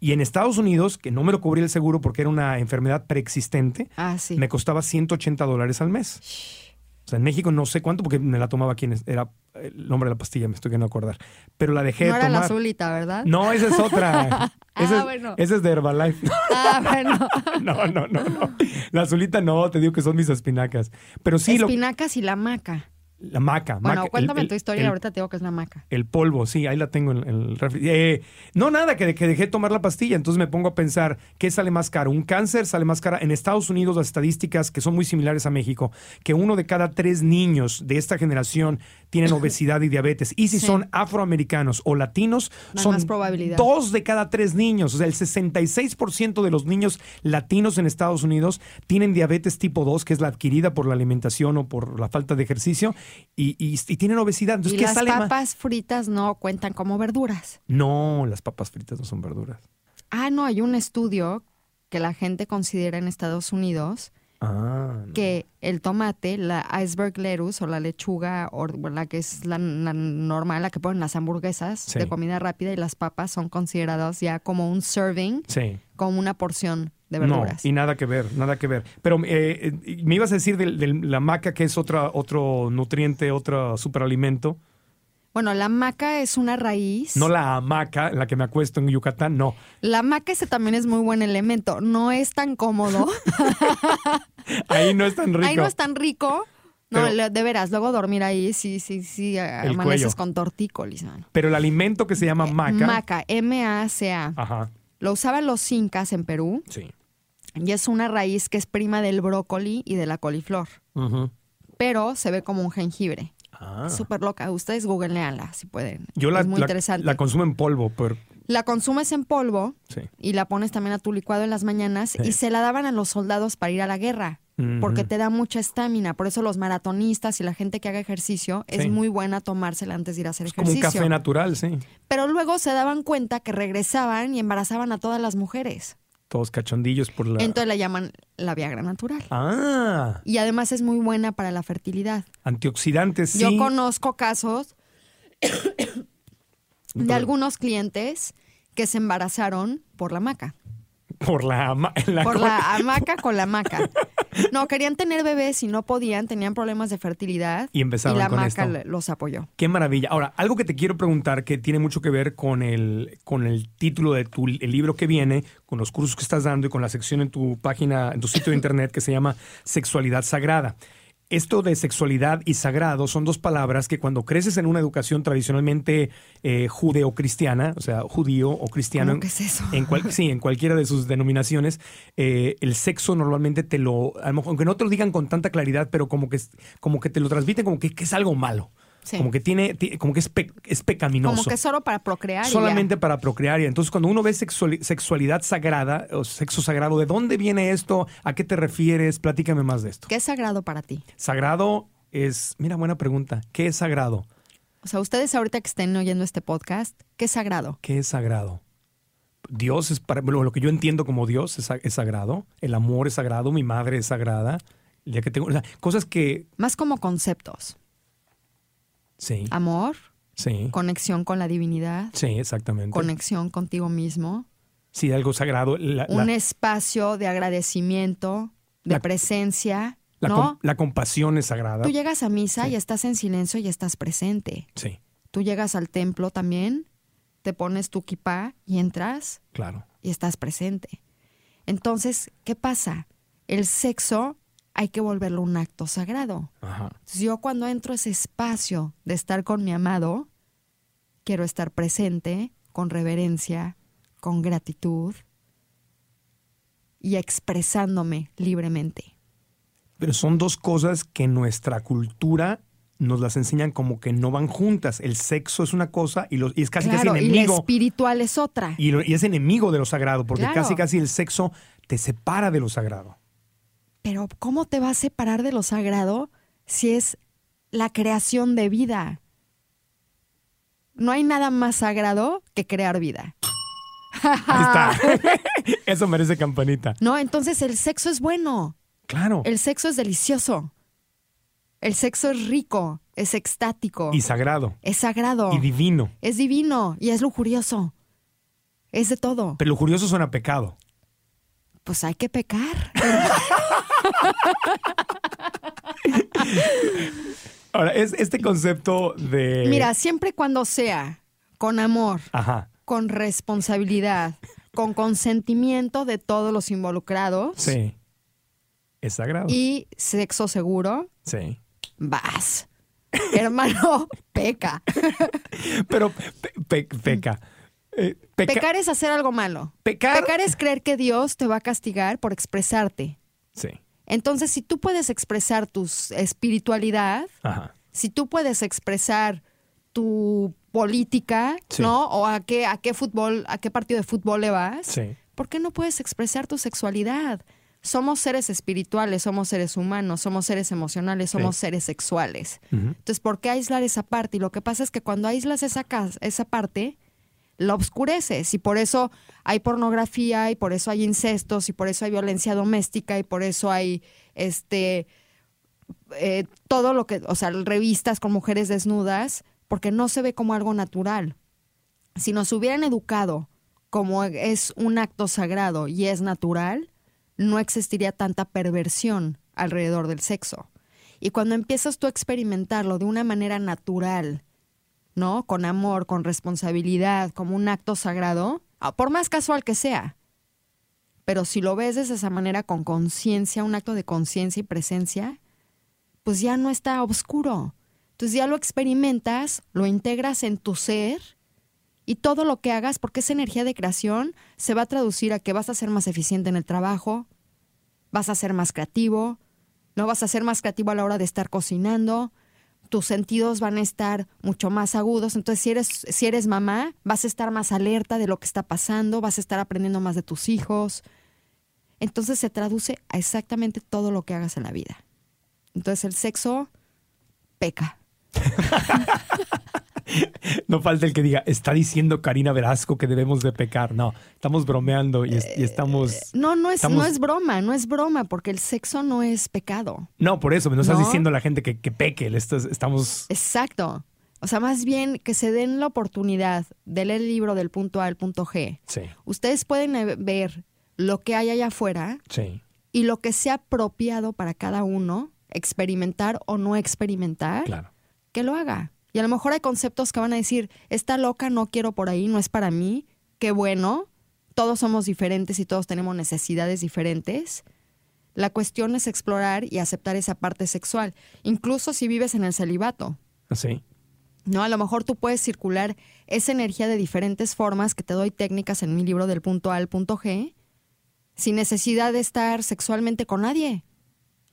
[SPEAKER 4] Y en Estados Unidos, que no me lo cubría el seguro porque era una enfermedad preexistente,
[SPEAKER 5] Ah, sí.
[SPEAKER 4] me costaba 180 dólares al mes. O sea, en México no sé cuánto porque me la tomaba quien es- era el nombre de la pastilla, me estoy queriendo acordar. Pero la dejé
[SPEAKER 5] No
[SPEAKER 4] de
[SPEAKER 5] era la
[SPEAKER 4] tomar.
[SPEAKER 5] azulita, ¿verdad?
[SPEAKER 4] No, esa es otra. Esa,
[SPEAKER 5] Ah,
[SPEAKER 4] es-
[SPEAKER 5] bueno.
[SPEAKER 4] esa es de Herbalife.
[SPEAKER 5] Ah, bueno.
[SPEAKER 4] No, no, no, no. La azulita no, te digo que son mis espinacas. Pero sí, lo-
[SPEAKER 5] Espinacas y la maca.
[SPEAKER 4] la maca.
[SPEAKER 5] Bueno,
[SPEAKER 4] maca, el-
[SPEAKER 5] cuéntame
[SPEAKER 4] el-
[SPEAKER 5] tu historia,
[SPEAKER 4] el-
[SPEAKER 5] ahorita te digo que es la maca.
[SPEAKER 4] El polvo, sí, ahí la tengo en en el refri. Eh, no, nada, que, de- que dejé tomar la pastilla. Entonces me pongo a pensar, ¿qué sale más caro? ¿Un cáncer sale más cara? En Estados Unidos las estadísticas, que son muy similares a México, que uno de cada tres niños de esta generación tienen obesidad y diabetes. Y si
[SPEAKER 5] Sí.
[SPEAKER 4] son afroamericanos o latinos,
[SPEAKER 5] Más-
[SPEAKER 4] son
[SPEAKER 5] más probabilidad.
[SPEAKER 4] dos de cada tres niños. O sea, el 66% de los niños latinos en Estados Unidos tienen diabetes tipo 2, que es la adquirida por la alimentación o por la falta de ejercicio, y, y- y tienen obesidad. Entonces,
[SPEAKER 5] y
[SPEAKER 4] ¿qué
[SPEAKER 5] las
[SPEAKER 4] Pues sale más?
[SPEAKER 5] papas fritas no cuentan como verduras.
[SPEAKER 4] No, las papas fritas no son verduras.
[SPEAKER 5] Ah, no, hay un estudio que la gente considera en Estados Unidos
[SPEAKER 4] Ah, no.
[SPEAKER 5] que el tomate, la iceberg lettuce o la lechuga, o la que es la, la normal, la que ponen las hamburguesas
[SPEAKER 4] Sí.
[SPEAKER 5] de comida rápida y las papas son consideradas ya como un serving,
[SPEAKER 4] Sí.
[SPEAKER 5] como una porción de
[SPEAKER 4] No,
[SPEAKER 5] verduras.
[SPEAKER 4] y nada que ver, nada que ver. Pero eh, eh, me ibas a decir del- de, la maca, que es otra, otro nutriente, otro superalimento.
[SPEAKER 5] Bueno, la maca es una raíz.
[SPEAKER 4] No la hamaca, la que me acuesto en Yucatán, no.
[SPEAKER 5] La maca ese también es muy buen elemento. No es tan cómodo.
[SPEAKER 4] Ahí no es tan rico.
[SPEAKER 5] Ahí no es tan rico. No,
[SPEAKER 4] Pero-
[SPEAKER 5] lo- de veras, luego dormir ahí, sí, sí, sí, a-
[SPEAKER 4] El
[SPEAKER 5] amaneces
[SPEAKER 4] cuello.
[SPEAKER 5] con tortícolis. mano.
[SPEAKER 4] Pero el alimento que se llama
[SPEAKER 5] Eh,
[SPEAKER 4] maca. Ah.
[SPEAKER 5] Maca, M-A-C-A.
[SPEAKER 4] Ajá,
[SPEAKER 5] Lo usaban los incas en Perú
[SPEAKER 4] sí.
[SPEAKER 5] y es una raíz que es prima del brócoli y de la coliflor,
[SPEAKER 4] Ujú.
[SPEAKER 5] pero se ve como un jengibre.
[SPEAKER 4] Ah.
[SPEAKER 5] Súper loca. Ustedes googleanla si pueden.
[SPEAKER 4] Yo la,
[SPEAKER 5] es muy
[SPEAKER 4] la-
[SPEAKER 5] interesante.
[SPEAKER 4] la consumo en polvo, pero
[SPEAKER 5] la consumes en polvo
[SPEAKER 4] sí.
[SPEAKER 5] y la pones también a tu licuado en las mañanas
[SPEAKER 4] Sí.
[SPEAKER 5] y se la daban a los soldados para ir a la guerra
[SPEAKER 4] Ujú.
[SPEAKER 5] porque te da mucha estamina. Por eso los maratonistas y la gente que haga ejercicio
[SPEAKER 4] Sí.
[SPEAKER 5] es muy buena tomársela antes de ir a hacer
[SPEAKER 4] Es como un
[SPEAKER 5] ejercicio.
[SPEAKER 4] café natural, sí.
[SPEAKER 5] Pero luego se daban cuenta que regresaban y embarazaban a todas las mujeres.
[SPEAKER 4] Todos cachondillos por la.
[SPEAKER 5] Entonces la llaman la Viagra natural.
[SPEAKER 4] Ah,
[SPEAKER 5] Y además es muy buena para la fertilidad.
[SPEAKER 4] antioxidantes, sí.
[SPEAKER 5] Yo conozco casos de
[SPEAKER 4] Pero-
[SPEAKER 5] algunos clientes que se embarazaron por la maca.
[SPEAKER 4] Por la, ama- la
[SPEAKER 5] por
[SPEAKER 4] co-
[SPEAKER 5] la hamaca con la hamaca. No, querían tener bebés y no podían, tenían problemas de fertilidad.
[SPEAKER 4] Y empezaron
[SPEAKER 5] la
[SPEAKER 4] con
[SPEAKER 5] hamaca
[SPEAKER 4] esto.
[SPEAKER 5] le- los apoyó.
[SPEAKER 4] Qué maravilla. Ahora, algo que te quiero preguntar que tiene mucho que ver con el, con el título de tu el libro que viene, con los cursos que estás dando y con la sección en tu página, en tu sitio de internet que se llama Sexualidad Sagrada. Esto de sexualidad y sagrado son dos palabras que cuando creces en una educación tradicionalmente eh, judeocristiana, o sea, judío o cristiano,
[SPEAKER 5] ¿Cómo que es eso?
[SPEAKER 4] en cual- sí, en cualquiera de sus denominaciones, eh, el sexo normalmente te lo, a lo mejor, aunque no te lo digan con tanta claridad, pero como que, es- como que te lo transmiten como que, que es algo malo.
[SPEAKER 5] Sí.
[SPEAKER 4] Como que tiene, ti- como que es, pe- es pecaminoso.
[SPEAKER 5] Como que solo para procrear. y ya.
[SPEAKER 4] Solamente para procrear. Y entonces cuando uno ve sexuali- sexualidad sagrada o sexo sagrado, ¿de dónde viene esto? ¿A qué te refieres? Platícame más de esto.
[SPEAKER 5] ¿Qué es sagrado para ti?
[SPEAKER 4] Sagrado es, mira, buena pregunta. ¿Qué es sagrado?
[SPEAKER 5] O sea, ustedes ahorita que estén oyendo este podcast, ¿qué es sagrado?
[SPEAKER 4] ¿Qué es sagrado? Dios es para lo, lo que yo entiendo como Dios es, sa- es sagrado, el amor es sagrado, mi madre es sagrada, el día que tengo, o sea, cosas que
[SPEAKER 5] Más como conceptos.
[SPEAKER 4] sí,
[SPEAKER 5] Amor,
[SPEAKER 4] Sí.
[SPEAKER 5] conexión con la divinidad,
[SPEAKER 4] Sí, exactamente.
[SPEAKER 5] conexión contigo mismo,
[SPEAKER 4] sí, algo sagrado. La, la-
[SPEAKER 5] un espacio de agradecimiento, de
[SPEAKER 4] La-
[SPEAKER 5] presencia,
[SPEAKER 4] la com-
[SPEAKER 5] ¿no?
[SPEAKER 4] la compasión es sagrada.
[SPEAKER 5] Tú llegas a misa
[SPEAKER 4] Sí.
[SPEAKER 5] y estás en silencio y estás presente.
[SPEAKER 4] Sí,
[SPEAKER 5] Tú llegas al templo también, te pones tu kipá y entras
[SPEAKER 4] claro.
[SPEAKER 5] y estás presente. Entonces, ¿qué pasa? El sexo hay que volverlo un acto sagrado.
[SPEAKER 4] Ajá.
[SPEAKER 5] Entonces, yo cuando entro a ese espacio de estar con mi amado, quiero estar presente, con reverencia, con gratitud y expresándome libremente.
[SPEAKER 4] Pero son dos cosas que en nuestra cultura nos las enseñan como que no van juntas. El sexo es una cosa y, los, y es casi
[SPEAKER 5] claro,
[SPEAKER 4] casi
[SPEAKER 5] y la
[SPEAKER 4] enemigo.
[SPEAKER 5] espiritual es otra.
[SPEAKER 4] Y, lo- y es enemigo de lo sagrado, porque
[SPEAKER 5] Claro.
[SPEAKER 4] casi casi el sexo te separa de lo sagrado.
[SPEAKER 5] Pero ¿cómo te va a separar de lo sagrado si es la creación de vida? No hay nada más sagrado que crear vida.
[SPEAKER 4] Ahí está. Eso merece campanita.
[SPEAKER 5] No, entonces el sexo es bueno,
[SPEAKER 4] Claro.
[SPEAKER 5] el sexo es delicioso, el sexo es rico, es extático,
[SPEAKER 4] Y sagrado.
[SPEAKER 5] es sagrado,
[SPEAKER 4] Y divino.
[SPEAKER 5] es divino y es lujurioso. Es de todo.
[SPEAKER 4] Pero lo curioso suena pecado.
[SPEAKER 5] Pues hay que pecar.
[SPEAKER 4] Ahora, es este concepto de.
[SPEAKER 5] Mira, siempre y cuando sea con amor,
[SPEAKER 4] Ajá.
[SPEAKER 5] con responsabilidad, con consentimiento de todos los involucrados
[SPEAKER 4] Sí. Es sagrado.
[SPEAKER 5] y sexo seguro,
[SPEAKER 4] Sí.
[SPEAKER 5] vas. Hermano, peca.
[SPEAKER 4] Pero pe- pe- peca. Eh, peca-
[SPEAKER 5] Pecar es hacer algo malo.
[SPEAKER 4] Pecar.
[SPEAKER 5] Pecar es creer que Dios te va a castigar por expresarte.
[SPEAKER 4] Sí.
[SPEAKER 5] Entonces, si tú puedes expresar tu s- espiritualidad,
[SPEAKER 4] Ajá.
[SPEAKER 5] si tú puedes expresar tu política,
[SPEAKER 4] Sí.
[SPEAKER 5] ¿no? O a qué, a qué fútbol, a qué partido de fútbol le vas,
[SPEAKER 4] Sí.
[SPEAKER 5] ¿por qué no puedes expresar tu sexualidad? Somos seres espirituales, somos seres humanos, somos seres emocionales, somos seres sexuales.
[SPEAKER 4] Ujú.
[SPEAKER 5] Entonces, ¿por qué aislar esa parte? Y lo que pasa es que cuando aíslas esa, cas- esa parte, la obscureces. Y por eso hay pornografía, y por eso hay incestos, y por eso hay violencia doméstica, y por eso hay este eh, todo lo que, o sea, revistas con mujeres desnudas, porque no se ve como algo natural. Si nos hubieran educado como es un acto sagrado y es natural, no existiría tanta perversión alrededor del sexo. Y cuando empiezas tú a experimentarlo de una manera natural, ¿no? Con amor, con responsabilidad, como un acto sagrado, ah, por más casual que sea. Pero si lo ves de esa manera con conciencia, un acto de conciencia y presencia, pues ya no está oscuro. Entonces ya lo experimentas, lo integras en tu ser y todo lo que hagas, porque esa energía de creación se va a traducir a que vas a ser más eficiente en el trabajo, vas a ser más creativo, no vas a ser más creativo a la hora de estar cocinando, tus sentidos van a estar mucho más agudos, entonces si eres, si eres mamá, vas a estar más alerta de lo que está pasando, vas a estar aprendiendo más de tus hijos. Entonces se traduce a exactamente todo lo que hagas en la vida. Entonces el sexo peca.
[SPEAKER 4] No falta el que diga, está diciendo Karina Velasco que debemos de pecar. No, estamos bromeando y, es- y estamos...
[SPEAKER 5] Eh, No, no es, no
[SPEAKER 4] Estamos-
[SPEAKER 5] es broma, no es broma, porque el sexo no es pecado.
[SPEAKER 4] No, por eso, no estás
[SPEAKER 5] No.
[SPEAKER 4] diciendo a la gente que, que peque. le estás- estamos...
[SPEAKER 5] Exacto. O sea, más bien que se den la oportunidad de leer el libro del punto A al punto G.
[SPEAKER 4] Sí,
[SPEAKER 5] Ustedes pueden eh, ver lo que hay allá afuera
[SPEAKER 4] sí,
[SPEAKER 5] y lo que sea apropiado para cada uno, experimentar o no experimentar,
[SPEAKER 4] claro.
[SPEAKER 5] que lo haga. Y a lo mejor hay conceptos que van a decir, está loca, no quiero por ahí, no es para mí, qué bueno, todos somos diferentes y todos tenemos necesidades diferentes. La cuestión es explorar y aceptar esa parte sexual, incluso si vives en el celibato.
[SPEAKER 4] Sí,
[SPEAKER 5] ¿no? A lo mejor tú puedes circular esa energía de diferentes formas que te doy técnicas en mi libro del punto A al punto G, sin necesidad de estar sexualmente con nadie.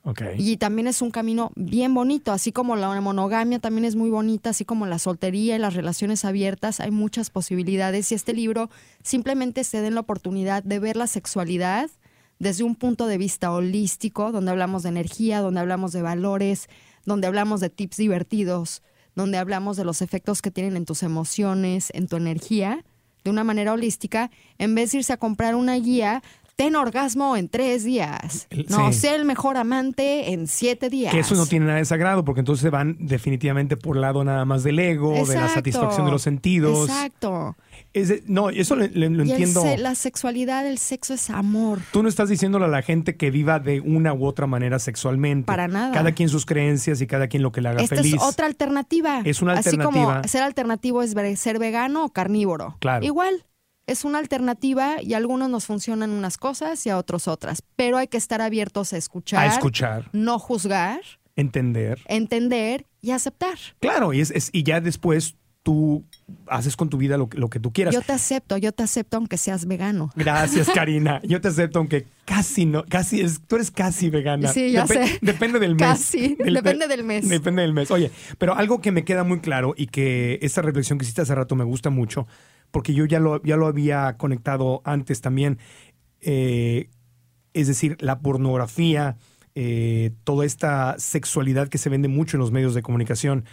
[SPEAKER 4] ok.
[SPEAKER 5] Y también es un camino bien bonito, así como la monogamia también es muy bonita, así como la soltería y las relaciones abiertas, hay muchas posibilidades y este libro simplemente se den la oportunidad de ver la sexualidad desde un punto de vista holístico, donde hablamos de energía, donde hablamos de valores, donde hablamos de tips divertidos, donde hablamos de los efectos que tienen en tus emociones, en tu energía, de una manera holística, en vez de irse a comprar una guía ten orgasmo en tres días. No,
[SPEAKER 4] Sí.
[SPEAKER 5] sé el mejor amante en siete días.
[SPEAKER 4] Que eso no tiene nada de sagrado, porque entonces se van definitivamente por lado nada más del ego, de la
[SPEAKER 5] Exacto.
[SPEAKER 4] satisfacción de los sentidos.
[SPEAKER 5] Exacto.
[SPEAKER 4] Es de- no, eso lo, lo- lo
[SPEAKER 5] Y el
[SPEAKER 4] entiendo.
[SPEAKER 5] se- la sexualidad, el sexo es amor.
[SPEAKER 4] Tú no estás diciéndole a la gente que viva de una u otra manera sexualmente.
[SPEAKER 5] Para nada.
[SPEAKER 4] Cada quien sus creencias y cada quien lo que le haga
[SPEAKER 5] Esta
[SPEAKER 4] feliz.
[SPEAKER 5] es otra alternativa.
[SPEAKER 4] Es una
[SPEAKER 5] Así
[SPEAKER 4] alternativa.
[SPEAKER 5] como ser alternativo es ver- ser vegano o carnívoro.
[SPEAKER 4] Claro.
[SPEAKER 5] Igual, es una alternativa y a algunos nos funcionan unas cosas y a otros otras. Pero hay que estar abiertos a escuchar,
[SPEAKER 4] A escuchar,
[SPEAKER 5] no juzgar,
[SPEAKER 4] entender.
[SPEAKER 5] entender y aceptar.
[SPEAKER 4] Claro, y, es, es- y ya después tú haces con tu vida lo, que- lo que tú quieras.
[SPEAKER 5] Yo te acepto, yo te acepto aunque seas vegano.
[SPEAKER 4] Gracias, Karina. Yo te acepto, aunque casi no, casi es, tú eres casi vegana.
[SPEAKER 5] Sí, ya
[SPEAKER 4] Depe-
[SPEAKER 5] sé.
[SPEAKER 4] Depende del mes.
[SPEAKER 5] Casi, depende del mes.
[SPEAKER 4] Depende del mes. Oye, pero algo que me queda muy claro y que esta reflexión que hiciste hace rato me gusta mucho, porque yo ya lo, ya lo había conectado antes también. eh, es decir, la pornografía, eh, toda esta sexualidad que se vende mucho en los medios de comunicación,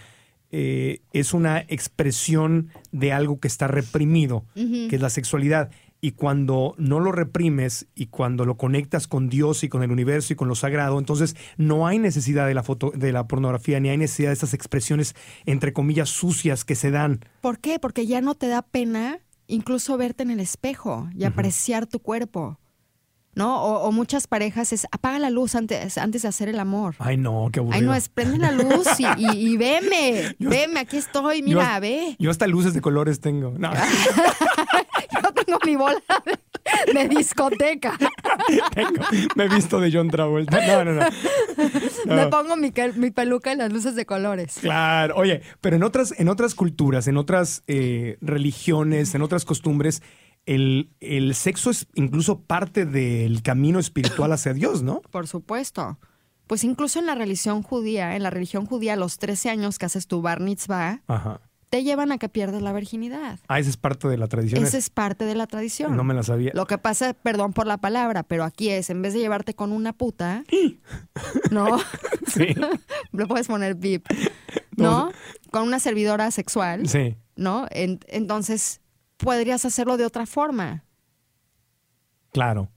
[SPEAKER 4] eh, es una expresión de algo que está reprimido, que es la sexualidad. Y cuando no lo reprimes y cuando lo conectas con Dios y con el universo y con lo sagrado, entonces no hay necesidad de la foto, de la pornografía, ni hay necesidad de estas expresiones entre comillas sucias que se dan.
[SPEAKER 5] ¿Por qué? Porque ya no te da pena incluso verte en el espejo y apreciar tu cuerpo. ¿No? O, o muchas parejas es apaga la luz antes, antes de hacer el amor.
[SPEAKER 4] Ay no, Ah, qué aburrido.
[SPEAKER 5] Ay, no, es prende la luz y, y- y veme,
[SPEAKER 4] Yo-
[SPEAKER 5] veme, aquí estoy,
[SPEAKER 4] Yo-
[SPEAKER 5] mira, ve.
[SPEAKER 4] Yo hasta luces de colores tengo. No.
[SPEAKER 5] Yo tengo mi bola de, de discoteca.
[SPEAKER 4] Tengo- me he visto de John Travolta. No, no, no. No.
[SPEAKER 5] Me pongo mi, cal- mi peluca y las luces de colores.
[SPEAKER 4] Claro, oye, pero en otras, en otras culturas, en otras eh, religiones, en otras costumbres, el, el sexo es incluso parte del camino espiritual hacia Dios, ¿no?
[SPEAKER 5] Por supuesto. Pues incluso en la religión judía, en la religión judía, a los 13 años que haces tu bar mitzvah,
[SPEAKER 4] Ajá.
[SPEAKER 5] te llevan a que pierdas la virginidad.
[SPEAKER 4] Ah, esa es parte de la tradición.
[SPEAKER 5] Esa es parte de la tradición.
[SPEAKER 4] No me la sabía.
[SPEAKER 5] Lo que pasa, perdón por la palabra, pero aquí es, en vez de llevarte con una puta, ¿no?
[SPEAKER 4] Sí,
[SPEAKER 5] Lo puedes poner VIP,
[SPEAKER 4] No,
[SPEAKER 5] ¿no? Con una servidora sexual,
[SPEAKER 4] sí.
[SPEAKER 5] ¿no? En- entonces, podrías hacerlo de otra forma.
[SPEAKER 4] Claro.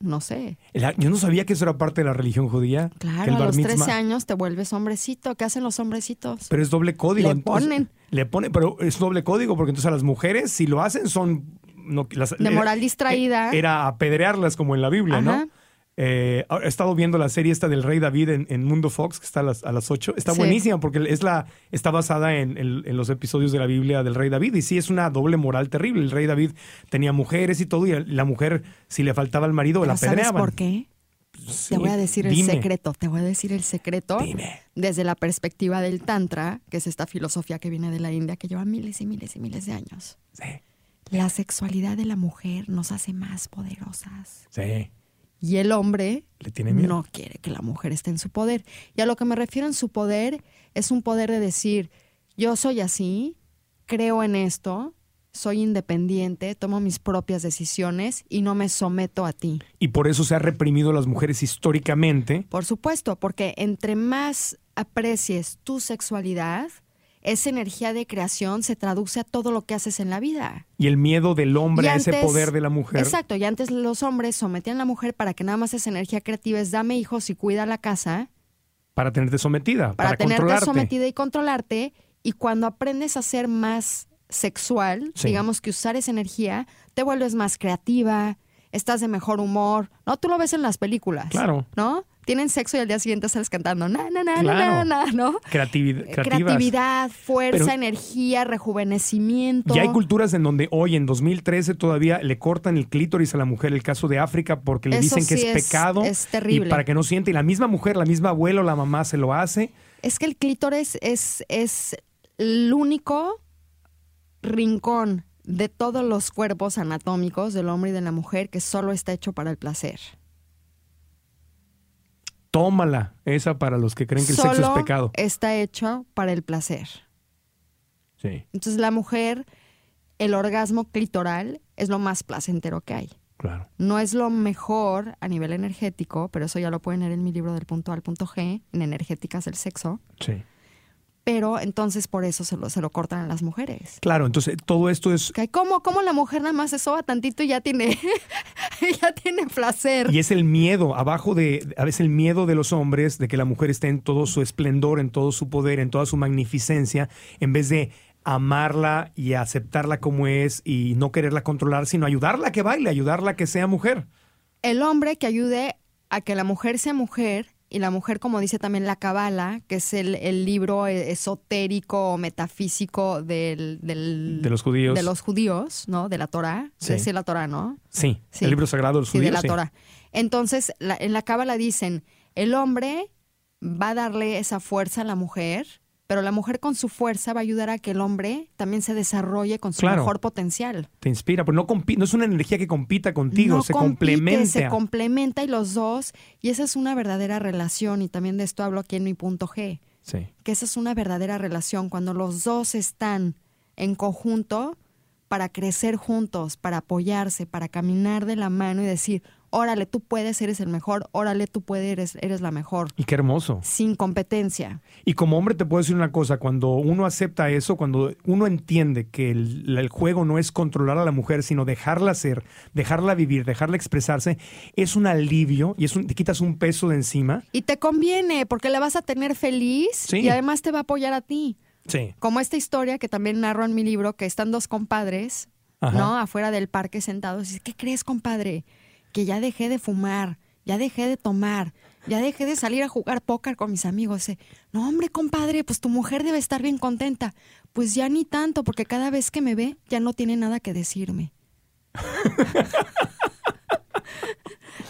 [SPEAKER 5] No sé.
[SPEAKER 4] La- yo no sabía que eso era parte de la religión judía. que
[SPEAKER 5] Claro,
[SPEAKER 4] el
[SPEAKER 5] a
[SPEAKER 4] bar
[SPEAKER 5] los
[SPEAKER 4] mitzvah-
[SPEAKER 5] 13 años te vuelves hombrecito. ¿Qué hacen los hombrecitos?
[SPEAKER 4] Pero es doble código.
[SPEAKER 5] Le
[SPEAKER 4] entonces-
[SPEAKER 5] ponen.
[SPEAKER 4] le ponen, pero es doble código porque entonces a las mujeres, si lo hacen, son. no, las- eh,
[SPEAKER 5] De moral distraída.
[SPEAKER 4] Era apedrearlas como en la Biblia,
[SPEAKER 5] Ajá.
[SPEAKER 4] ¿no? Eh, ahora he estado viendo la serie esta del Rey David en, en Mundo Fox, que está a las, a las 8. Está
[SPEAKER 5] Sí.
[SPEAKER 4] buenísima porque es la, está basada en, en- en los episodios de la Biblia del Rey David. Y sí, es una doble moral terrible. El Rey David tenía mujeres y todo, y la mujer, si le faltaba al marido, la
[SPEAKER 5] Pero ¿Sabes
[SPEAKER 4] apedreaban.
[SPEAKER 5] por qué?
[SPEAKER 4] Sí,
[SPEAKER 5] Te voy a decir el
[SPEAKER 4] dime.
[SPEAKER 5] secreto, te voy a decir el secreto
[SPEAKER 4] Dime.
[SPEAKER 5] desde la perspectiva del Tantra, que es esta filosofía que viene de la India, que lleva miles y miles y miles de años.
[SPEAKER 4] Sí,
[SPEAKER 5] La sexualidad de la mujer nos hace más poderosas
[SPEAKER 4] sí.
[SPEAKER 5] y el hombre
[SPEAKER 4] Le tiene miedo.
[SPEAKER 5] no quiere que la mujer esté en su poder. Y a lo que me refiero en su poder es un poder de decir, yo soy así, creo en esto, soy independiente, tomo mis propias decisiones y no me someto a ti.
[SPEAKER 4] Y por eso se ha reprimido a las mujeres históricamente.
[SPEAKER 5] Por supuesto, porque entre más aprecies tu sexualidad, esa energía de creación se traduce a todo lo que haces en la vida.
[SPEAKER 4] Y el miedo del hombre
[SPEAKER 5] Y
[SPEAKER 4] a ese
[SPEAKER 5] antes-
[SPEAKER 4] poder de la mujer.
[SPEAKER 5] Exacto, y antes los hombres sometían a la mujer para que nada más esa energía creativa es dame hijos y cuida la casa,
[SPEAKER 4] Para tenerte sometida, para,
[SPEAKER 5] para, tenerte
[SPEAKER 4] controlarte.
[SPEAKER 5] sometida y controlarte, y cuando aprendes a ser más sexual,
[SPEAKER 4] Sí.
[SPEAKER 5] digamos que usar esa energía, te vuelves más creativa, estás de mejor humor, ¿no? Tú lo ves en las películas.
[SPEAKER 4] Claro.
[SPEAKER 5] ¿No? Tienen sexo y al día siguiente sales cantando, na, na, na,
[SPEAKER 4] Claro.
[SPEAKER 5] na, na, na, ¿no?
[SPEAKER 4] Creatividad. creativas.
[SPEAKER 5] eh, Creatividad, fuerza,
[SPEAKER 4] Pero-
[SPEAKER 5] energía, rejuvenecimiento.
[SPEAKER 4] Ya hay culturas en donde hoy, en 2013, todavía le cortan el clítoris a la mujer, el caso de África, porque le
[SPEAKER 5] Eso
[SPEAKER 4] dicen que
[SPEAKER 5] sí
[SPEAKER 4] es,
[SPEAKER 5] es-
[SPEAKER 4] pecado.
[SPEAKER 5] es terrible.
[SPEAKER 4] Y para que no siente. Y la misma mujer, la misma abuela o la mamá se lo hace.
[SPEAKER 5] Es que el clítoris es, es el único rincón de todos los cuerpos anatómicos del hombre y de la mujer que solo está hecho para el placer.
[SPEAKER 4] Tómala. Esa para los que creen que el
[SPEAKER 5] solo e
[SPEAKER 4] sexo es pecado.
[SPEAKER 5] está hecho para el placer.
[SPEAKER 4] Sí,
[SPEAKER 5] Entonces la mujer, el orgasmo clitoral es lo más placentero que hay.
[SPEAKER 4] claro.
[SPEAKER 5] No es lo mejor a nivel energético, pero eso ya lo pueden leer en mi libro del punto A al punto G, en Energéticas del Sexo.
[SPEAKER 4] Sí.
[SPEAKER 5] pero entonces por eso se lo, se lo cortan a las mujeres.
[SPEAKER 4] Claro, entonces todo esto es...
[SPEAKER 5] Que ¿Cómo, ¿Cómo la mujer nada más se soba tantito y ya tiene, ya tiene placer?
[SPEAKER 4] Y e es el miedo, abajo de, a veces el miedo de los hombres de que la mujer esté en todo su esplendor, en todo su poder, en toda su magnificencia, en vez de amarla y aceptarla como es y no quererla controlar, sino ayudarla a que baile, ayudarla a que sea mujer.
[SPEAKER 5] El hombre que ayude a que la mujer sea mujer y la mujer, como dice también la Cabala, que es el, el libro e, esotérico o metafísico del, del-
[SPEAKER 4] De los judíos.
[SPEAKER 5] de los judíos, ¿no? De la Torah.
[SPEAKER 4] Sí.
[SPEAKER 5] Sí, la Torah, ¿no?
[SPEAKER 4] Sí,
[SPEAKER 5] Sí.
[SPEAKER 4] el libro sagrado de los
[SPEAKER 5] Sí, de
[SPEAKER 4] judíos.
[SPEAKER 5] la
[SPEAKER 4] sí.
[SPEAKER 5] Torah. Entonces, la- en la Cábala dicen, el hombre va a darle esa fuerza a la mujer, pero la mujer con su fuerza va a ayudar a que el hombre también se desarrolle con su
[SPEAKER 4] Claro.
[SPEAKER 5] mejor potencial.
[SPEAKER 4] Te inspira, pero no, compi- no es una energía que compita contigo,
[SPEAKER 5] No
[SPEAKER 4] se
[SPEAKER 5] compite,
[SPEAKER 4] complementa.
[SPEAKER 5] Se complementa y los dos, y esa es una verdadera relación, y también de esto hablo aquí en mi punto G,
[SPEAKER 4] Sí.
[SPEAKER 5] que esa es una verdadera relación, cuando los dos están en conjunto para crecer juntos, para apoyarse, para caminar de la mano y decir, órale, tú puedes, eres el mejor, órale, tú puedes, eres, eres la mejor,
[SPEAKER 4] Y qué hermoso.
[SPEAKER 5] sin competencia.
[SPEAKER 4] Y como hombre te puedo decir una cosa, cuando uno acepta eso, cuando uno entiende que el, el juego no es controlar a la mujer, sino dejarla ser, dejarla vivir, dejarla expresarse, es un alivio y es un- te quitas un peso de encima.
[SPEAKER 5] Y te conviene, porque la vas a tener feliz
[SPEAKER 4] Sí.
[SPEAKER 5] y además te va a apoyar a ti.
[SPEAKER 4] Sí.
[SPEAKER 5] Como esta historia que también narro en mi libro, que están dos compadres,
[SPEAKER 4] Ajá.
[SPEAKER 5] ¿no? Afuera del parque sentados. Y dice, ¿qué crees, compadre? Que ya dejé de fumar, ya dejé de tomar, ya dejé de salir a jugar póker con mis amigos. Dice, no, hombre, compadre, pues tu mujer debe estar bien contenta. Pues ya ni tanto, porque cada vez que me ve, ya no tiene nada que decirme.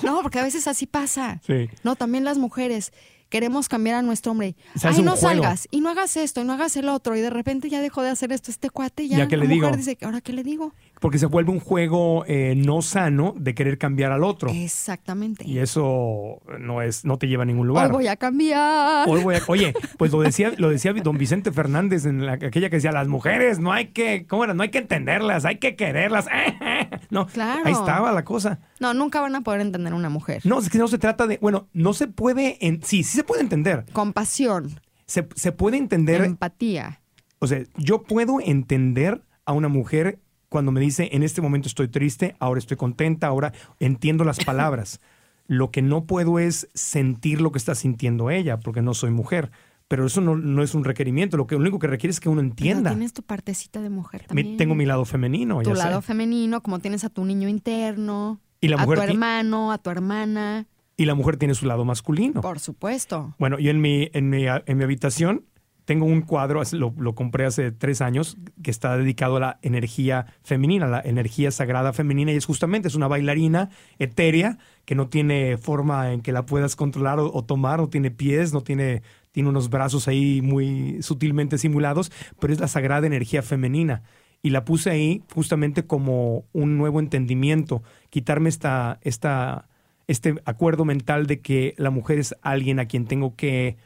[SPEAKER 5] no, porque a veces así pasa.
[SPEAKER 4] Sí.
[SPEAKER 5] No, también las mujeres. Queremos cambiar a nuestro hombre.
[SPEAKER 4] Se hace
[SPEAKER 5] Ay,
[SPEAKER 4] un
[SPEAKER 5] no
[SPEAKER 4] juego.
[SPEAKER 5] salgas y no hagas esto y no hagas el otro. Y de repente ya dejó de hacer esto este cuate. Ya,
[SPEAKER 4] Ya, ¿qué
[SPEAKER 5] la
[SPEAKER 4] le digo?
[SPEAKER 5] mujer dice, ¿ahora qué le digo?
[SPEAKER 4] Porque se vuelve un juego eh, no sano de querer cambiar al otro.
[SPEAKER 5] Eh. Exactamente.
[SPEAKER 4] Y eso no es, no te lleva a ningún
[SPEAKER 5] Hoy
[SPEAKER 4] lugar.
[SPEAKER 5] voy a cambiar.
[SPEAKER 4] Hoy voy a- oye, pues lo decía, lo decía don Vicente Fernández en la- aquella que decía, las mujeres no hay que, ¿cómo era? No hay que entenderlas, hay que quererlas. No,
[SPEAKER 5] Claro.
[SPEAKER 4] ahí estaba la cosa.
[SPEAKER 5] No, nunca van a poder entender a una mujer.
[SPEAKER 4] No, es que no se trata de, bueno, no se puede, en, sí, sí se puede entender.
[SPEAKER 5] Compasión,
[SPEAKER 4] Se, se puede entender,
[SPEAKER 5] empatía.
[SPEAKER 4] o sea, yo puedo entender a una mujer cuando me dice, en este momento estoy triste, ahora estoy contenta, ahora entiendo las palabras. Lo que no puedo es sentir lo que está sintiendo ella, porque no soy mujer. Pero eso no, no es un requerimiento. Lo, que, lo único que requiere es que uno
[SPEAKER 5] Pero
[SPEAKER 4] entienda.
[SPEAKER 5] tienes tu partecita de mujer
[SPEAKER 4] Mi-
[SPEAKER 5] también.
[SPEAKER 4] tengo mi lado femenino,
[SPEAKER 5] tu
[SPEAKER 4] ya sé.
[SPEAKER 5] lado femenino, como tienes a tu niño interno,
[SPEAKER 4] Y la mujer
[SPEAKER 5] a tu
[SPEAKER 4] ti-
[SPEAKER 5] hermano, a tu hermana,
[SPEAKER 4] Y la mujer tiene su lado masculino.
[SPEAKER 5] por supuesto.
[SPEAKER 4] Bueno, yo en mi, en mi, en mi habitación tengo un cuadro, es- lo, lo compré hace tres años, que está dedicado a la energía femenina, la energía sagrada femenina, y es justamente, es una bailarina etérea que no tiene forma en que la puedas controlar o, o tomar, no tiene pies, no tiene, tiene unos brazos ahí muy sutilmente simulados, pero es la sagrada energía femenina. Y la puse ahí justamente como un nuevo entendimiento, quitarme esta, esta, este acuerdo mental de que la mujer es alguien a quien tengo que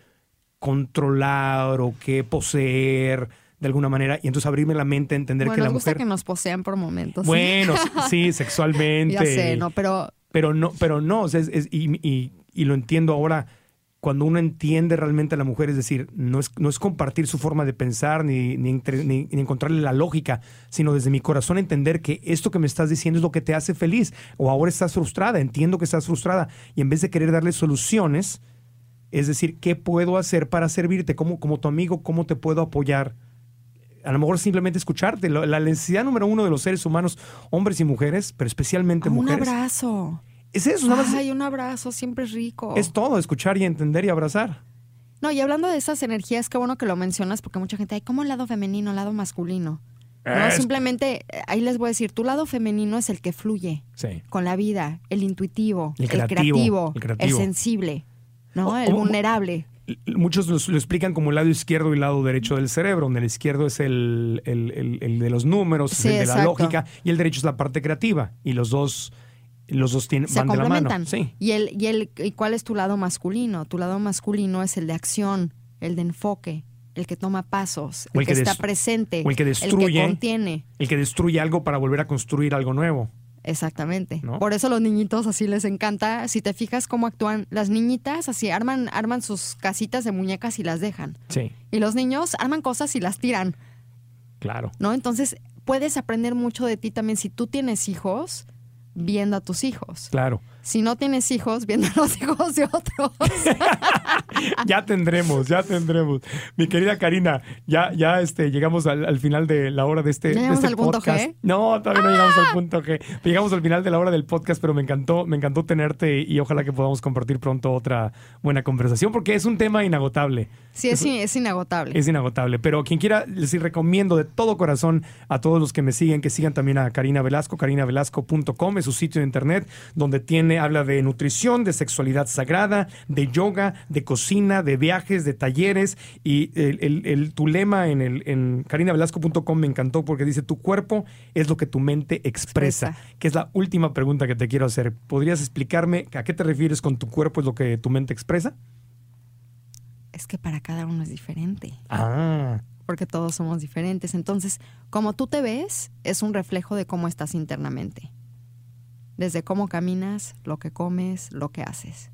[SPEAKER 4] controlar o que poseer de alguna manera y entonces abrirme la mente a entender
[SPEAKER 5] Bueno,
[SPEAKER 4] que la
[SPEAKER 5] nos gusta
[SPEAKER 4] mujer
[SPEAKER 5] que nos posean por momentos.
[SPEAKER 4] bueno sí sexualmente
[SPEAKER 5] ya sé, ¿no? Pero
[SPEAKER 4] pero no pero no o sea, es- es- y, y- y lo entiendo ahora cuando uno entiende realmente a la mujer es decir no es no es compartir su forma de pensar ni ni, entre- ni- ni encontrarle la lógica sino desde mi corazón entender que esto que me estás diciendo es lo que te hace feliz o ahora estás frustrada entiendo que estás frustrada y en vez de querer darle soluciones es decir, ¿qué puedo hacer para servirte? ¿Cómo, como tu amigo, cómo te puedo apoyar? A lo mejor simplemente escucharte. Lo- La necesidad número uno de los seres humanos, hombres y mujeres, pero especialmente
[SPEAKER 5] Ah, un
[SPEAKER 4] mujeres.
[SPEAKER 5] abrazo.
[SPEAKER 4] Es eso, nada más
[SPEAKER 5] Ay, oh. un abrazo siempre es rico.
[SPEAKER 4] es todo, escuchar y entender y abrazar.
[SPEAKER 5] No, y hablando de esas energías, qué bueno que lo mencionas porque mucha gente, hay como lado femenino, lado masculino. No,
[SPEAKER 4] Es-
[SPEAKER 5] simplemente eh, ahí les voy a decir, tu lado femenino es el que fluye
[SPEAKER 4] Sí.
[SPEAKER 5] con la vida, el intuitivo,
[SPEAKER 4] El
[SPEAKER 5] el
[SPEAKER 4] creativo,
[SPEAKER 5] creativo,
[SPEAKER 4] el
[SPEAKER 5] el,
[SPEAKER 4] creativo. Oh,
[SPEAKER 5] sensible,
[SPEAKER 4] O-
[SPEAKER 5] ¿no? El
[SPEAKER 4] o-
[SPEAKER 5] vulnerable.
[SPEAKER 4] L- Muchos los- lo, explican como el lado izquierdo y el lado derecho del cerebro, donde el izquierdo es el, el- el- el de los números, es
[SPEAKER 5] Sí,
[SPEAKER 4] el de la
[SPEAKER 5] exacto.
[SPEAKER 4] lógica, y el derecho es la parte creativa. Y los dos, los dos tienen,
[SPEAKER 5] Se
[SPEAKER 4] van de la mano.
[SPEAKER 5] complementan.
[SPEAKER 4] Sí.
[SPEAKER 5] Y el, y el, y cuál es tu lado masculino? Tu lado masculino es el de acción, el de enfoque, el que toma pasos,
[SPEAKER 4] O
[SPEAKER 5] el,
[SPEAKER 4] el
[SPEAKER 5] que,
[SPEAKER 4] que
[SPEAKER 5] está
[SPEAKER 4] des-
[SPEAKER 5] presente,
[SPEAKER 4] o el que destruye.
[SPEAKER 5] contiene.
[SPEAKER 4] El que destruye algo para volver a construir algo nuevo.
[SPEAKER 5] Exactamente.
[SPEAKER 4] ¿No?
[SPEAKER 5] Por eso los niñitos así les encanta. Si te fijas cómo actúan las niñitas, así arman, arman sus casitas de muñecas y las dejan.
[SPEAKER 4] Sí,
[SPEAKER 5] Y los niños arman cosas y las tiran,
[SPEAKER 4] claro.
[SPEAKER 5] ¿no? Entonces puedes aprender mucho de ti también si tú tienes hijos viendo a tus hijos.
[SPEAKER 4] Claro.
[SPEAKER 5] Si no tienes hijos, viendo a los hijos de otros.
[SPEAKER 4] Ya tendremos, ya tendremos. Mi querida Karina, ya, ya este, llegamos al, al final de la hora de este,
[SPEAKER 5] ¿Ya
[SPEAKER 4] de
[SPEAKER 5] llegamos
[SPEAKER 4] este
[SPEAKER 5] al punto
[SPEAKER 4] podcast.
[SPEAKER 5] G? Ah.
[SPEAKER 4] No, todavía no llegamos al punto G. Llegamos al final de la hora del podcast, pero me encantó, me encantó tenerte y ojalá que podamos compartir pronto otra buena conversación, porque es un tema inagotable.
[SPEAKER 5] Sí, es, es inagotable.
[SPEAKER 4] Es inagotable. Pero quien quiera, les recomiendo de todo corazón a todos los que me siguen, que sigan también a Karina Velasco, karinavelasco.com, es su sitio de internet, donde tiene, habla de nutrición, de sexualidad sagrada, de yoga, de cocina, de viajes, de talleres. Y el, el- el- tu lema en, el, en karinavelasco.com me encantó porque dice, tu cuerpo es lo que tu mente expresa, que es la última pregunta que te quiero hacer. ¿Podrías explicarme a qué te refieres con tu cuerpo es lo que tu mente expresa?
[SPEAKER 5] es que para cada uno es diferente.
[SPEAKER 4] Ah,
[SPEAKER 5] porque todos somos diferentes. Entonces, como tú te ves, es un reflejo de cómo estás internamente. Desde cómo caminas, lo que comes, lo que haces.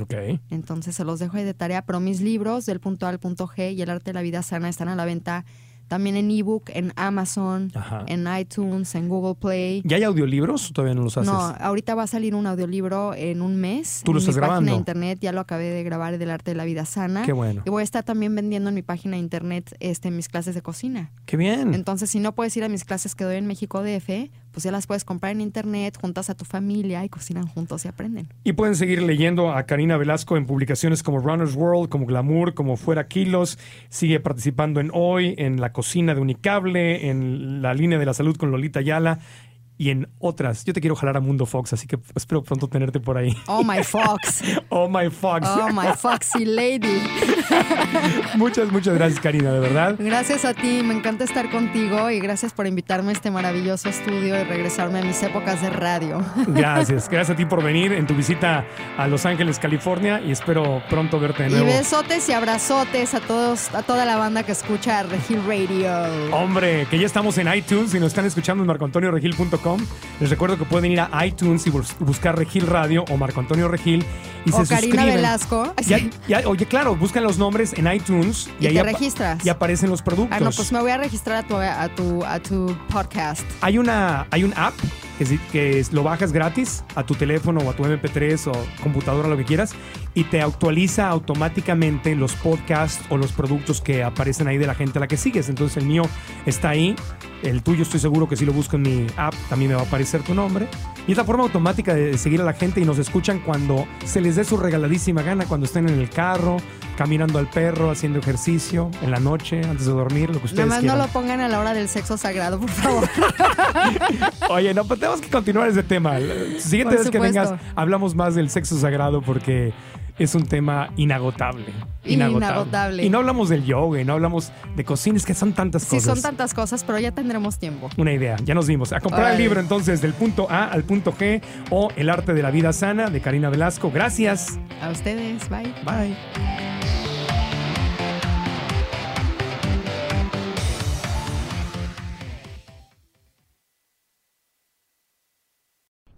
[SPEAKER 4] ok.
[SPEAKER 5] Entonces, se los dejo ahí de tarea, pero mis libros, del punto A al punto G y el arte de la vida sana, están a la venta también en ebook, en Amazon,
[SPEAKER 4] Ajá.
[SPEAKER 5] en iTunes, en Google Play.
[SPEAKER 4] ¿Ya hay audiolibros o todavía no los haces?
[SPEAKER 5] No, ahorita va a salir un audiolibro en un mes.
[SPEAKER 4] Tú lo
[SPEAKER 5] en
[SPEAKER 4] estás
[SPEAKER 5] mi página
[SPEAKER 4] grabando.
[SPEAKER 5] de internet ya lo acabé de grabar del arte de la vida sana.
[SPEAKER 4] Qué bueno.
[SPEAKER 5] Y voy a estar también vendiendo en mi página de internet este, mis clases de cocina.
[SPEAKER 4] Qué bien.
[SPEAKER 5] Entonces, si no puedes ir a mis clases que doy en México DF, pues ya las puedes comprar en internet, juntas a tu familia y cocinan juntos y aprenden.
[SPEAKER 4] Y pueden seguir leyendo a Karina Velasco en publicaciones como Runner's World, como Glamour, como Fuera Kilos. Sigue participando en Hoy, en La Cocina de Unicable, en La Línea de la Salud con Lolita Ayala y en otras. Yo te quiero jalar a Mundo Fox, así que espero pronto tenerte por ahí.
[SPEAKER 5] Oh my fox.
[SPEAKER 4] Oh my Fox.
[SPEAKER 5] Oh my foxy lady.
[SPEAKER 4] Muchas, muchas gracias, Karina, de verdad.
[SPEAKER 5] Gracias a ti, me encanta estar contigo y gracias por invitarme a este maravilloso estudio y regresarme a mis épocas de radio.
[SPEAKER 4] Gracias. Gracias a ti por venir en tu visita a Los Ángeles, California y espero pronto verte de
[SPEAKER 5] Y
[SPEAKER 4] nuevo.
[SPEAKER 5] besotes y abrazotes a todos, a toda la banda que escucha Regil Radio.
[SPEAKER 4] Hombre, que ya estamos en iTunes y nos están escuchando en marcoantonioregil.com. Les recuerdo que pueden ir a iTunes y bus- buscar Regil Radio o Marco Antonio Regil y
[SPEAKER 5] O
[SPEAKER 4] se
[SPEAKER 5] Karina
[SPEAKER 4] suscriben.
[SPEAKER 5] Velasco. Ah,
[SPEAKER 4] Ya- ya- oye, claro, buscan los nombres en iTunes y,
[SPEAKER 5] Y
[SPEAKER 4] ahí
[SPEAKER 5] te
[SPEAKER 4] apa-
[SPEAKER 5] registras.
[SPEAKER 4] y aparecen los productos.
[SPEAKER 5] Ah, no, pues me voy a registrar a tu, a tu, a tu podcast.
[SPEAKER 4] Hay una hay un app que, si- que es- lo bajas gratis a tu teléfono o a tu MP3 o computadora, lo que quieras, y te actualiza automáticamente los podcasts o los productos que aparecen ahí de la gente a la que sigues. Entonces el mío está ahí, el tuyo estoy seguro que si lo busco en mi app también me va a aparecer tu nombre. Y es la forma automática de seguir a la gente y nos escuchan cuando se les dé su regaladísima gana, cuando estén en el carro, caminando al perro, haciendo ejercicio, en la noche, antes de dormir, lo que ustedes
[SPEAKER 5] Nada más no
[SPEAKER 4] quieran.
[SPEAKER 5] lo pongan a la hora del sexo sagrado, por favor.
[SPEAKER 4] Oye, no, pues tenemos que continuar ese tema. La Siguiente
[SPEAKER 5] Por
[SPEAKER 4] vez que
[SPEAKER 5] supuesto.
[SPEAKER 4] vengas, hablamos más del sexo sagrado porque es un tema inagotable. Inagotable.
[SPEAKER 5] Inagotable.
[SPEAKER 4] Y no hablamos del yoga, y no hablamos de cocines, que son tantas
[SPEAKER 5] Sí,
[SPEAKER 4] cosas.
[SPEAKER 5] son tantas cosas, pero ya tendremos tiempo.
[SPEAKER 4] Una idea, ya nos vimos. A comprar el
[SPEAKER 5] Órale.
[SPEAKER 4] libro entonces del punto A al punto G o El arte de la vida sana de Karina Velasco. Gracias.
[SPEAKER 5] A ustedes, bye.
[SPEAKER 4] Bye.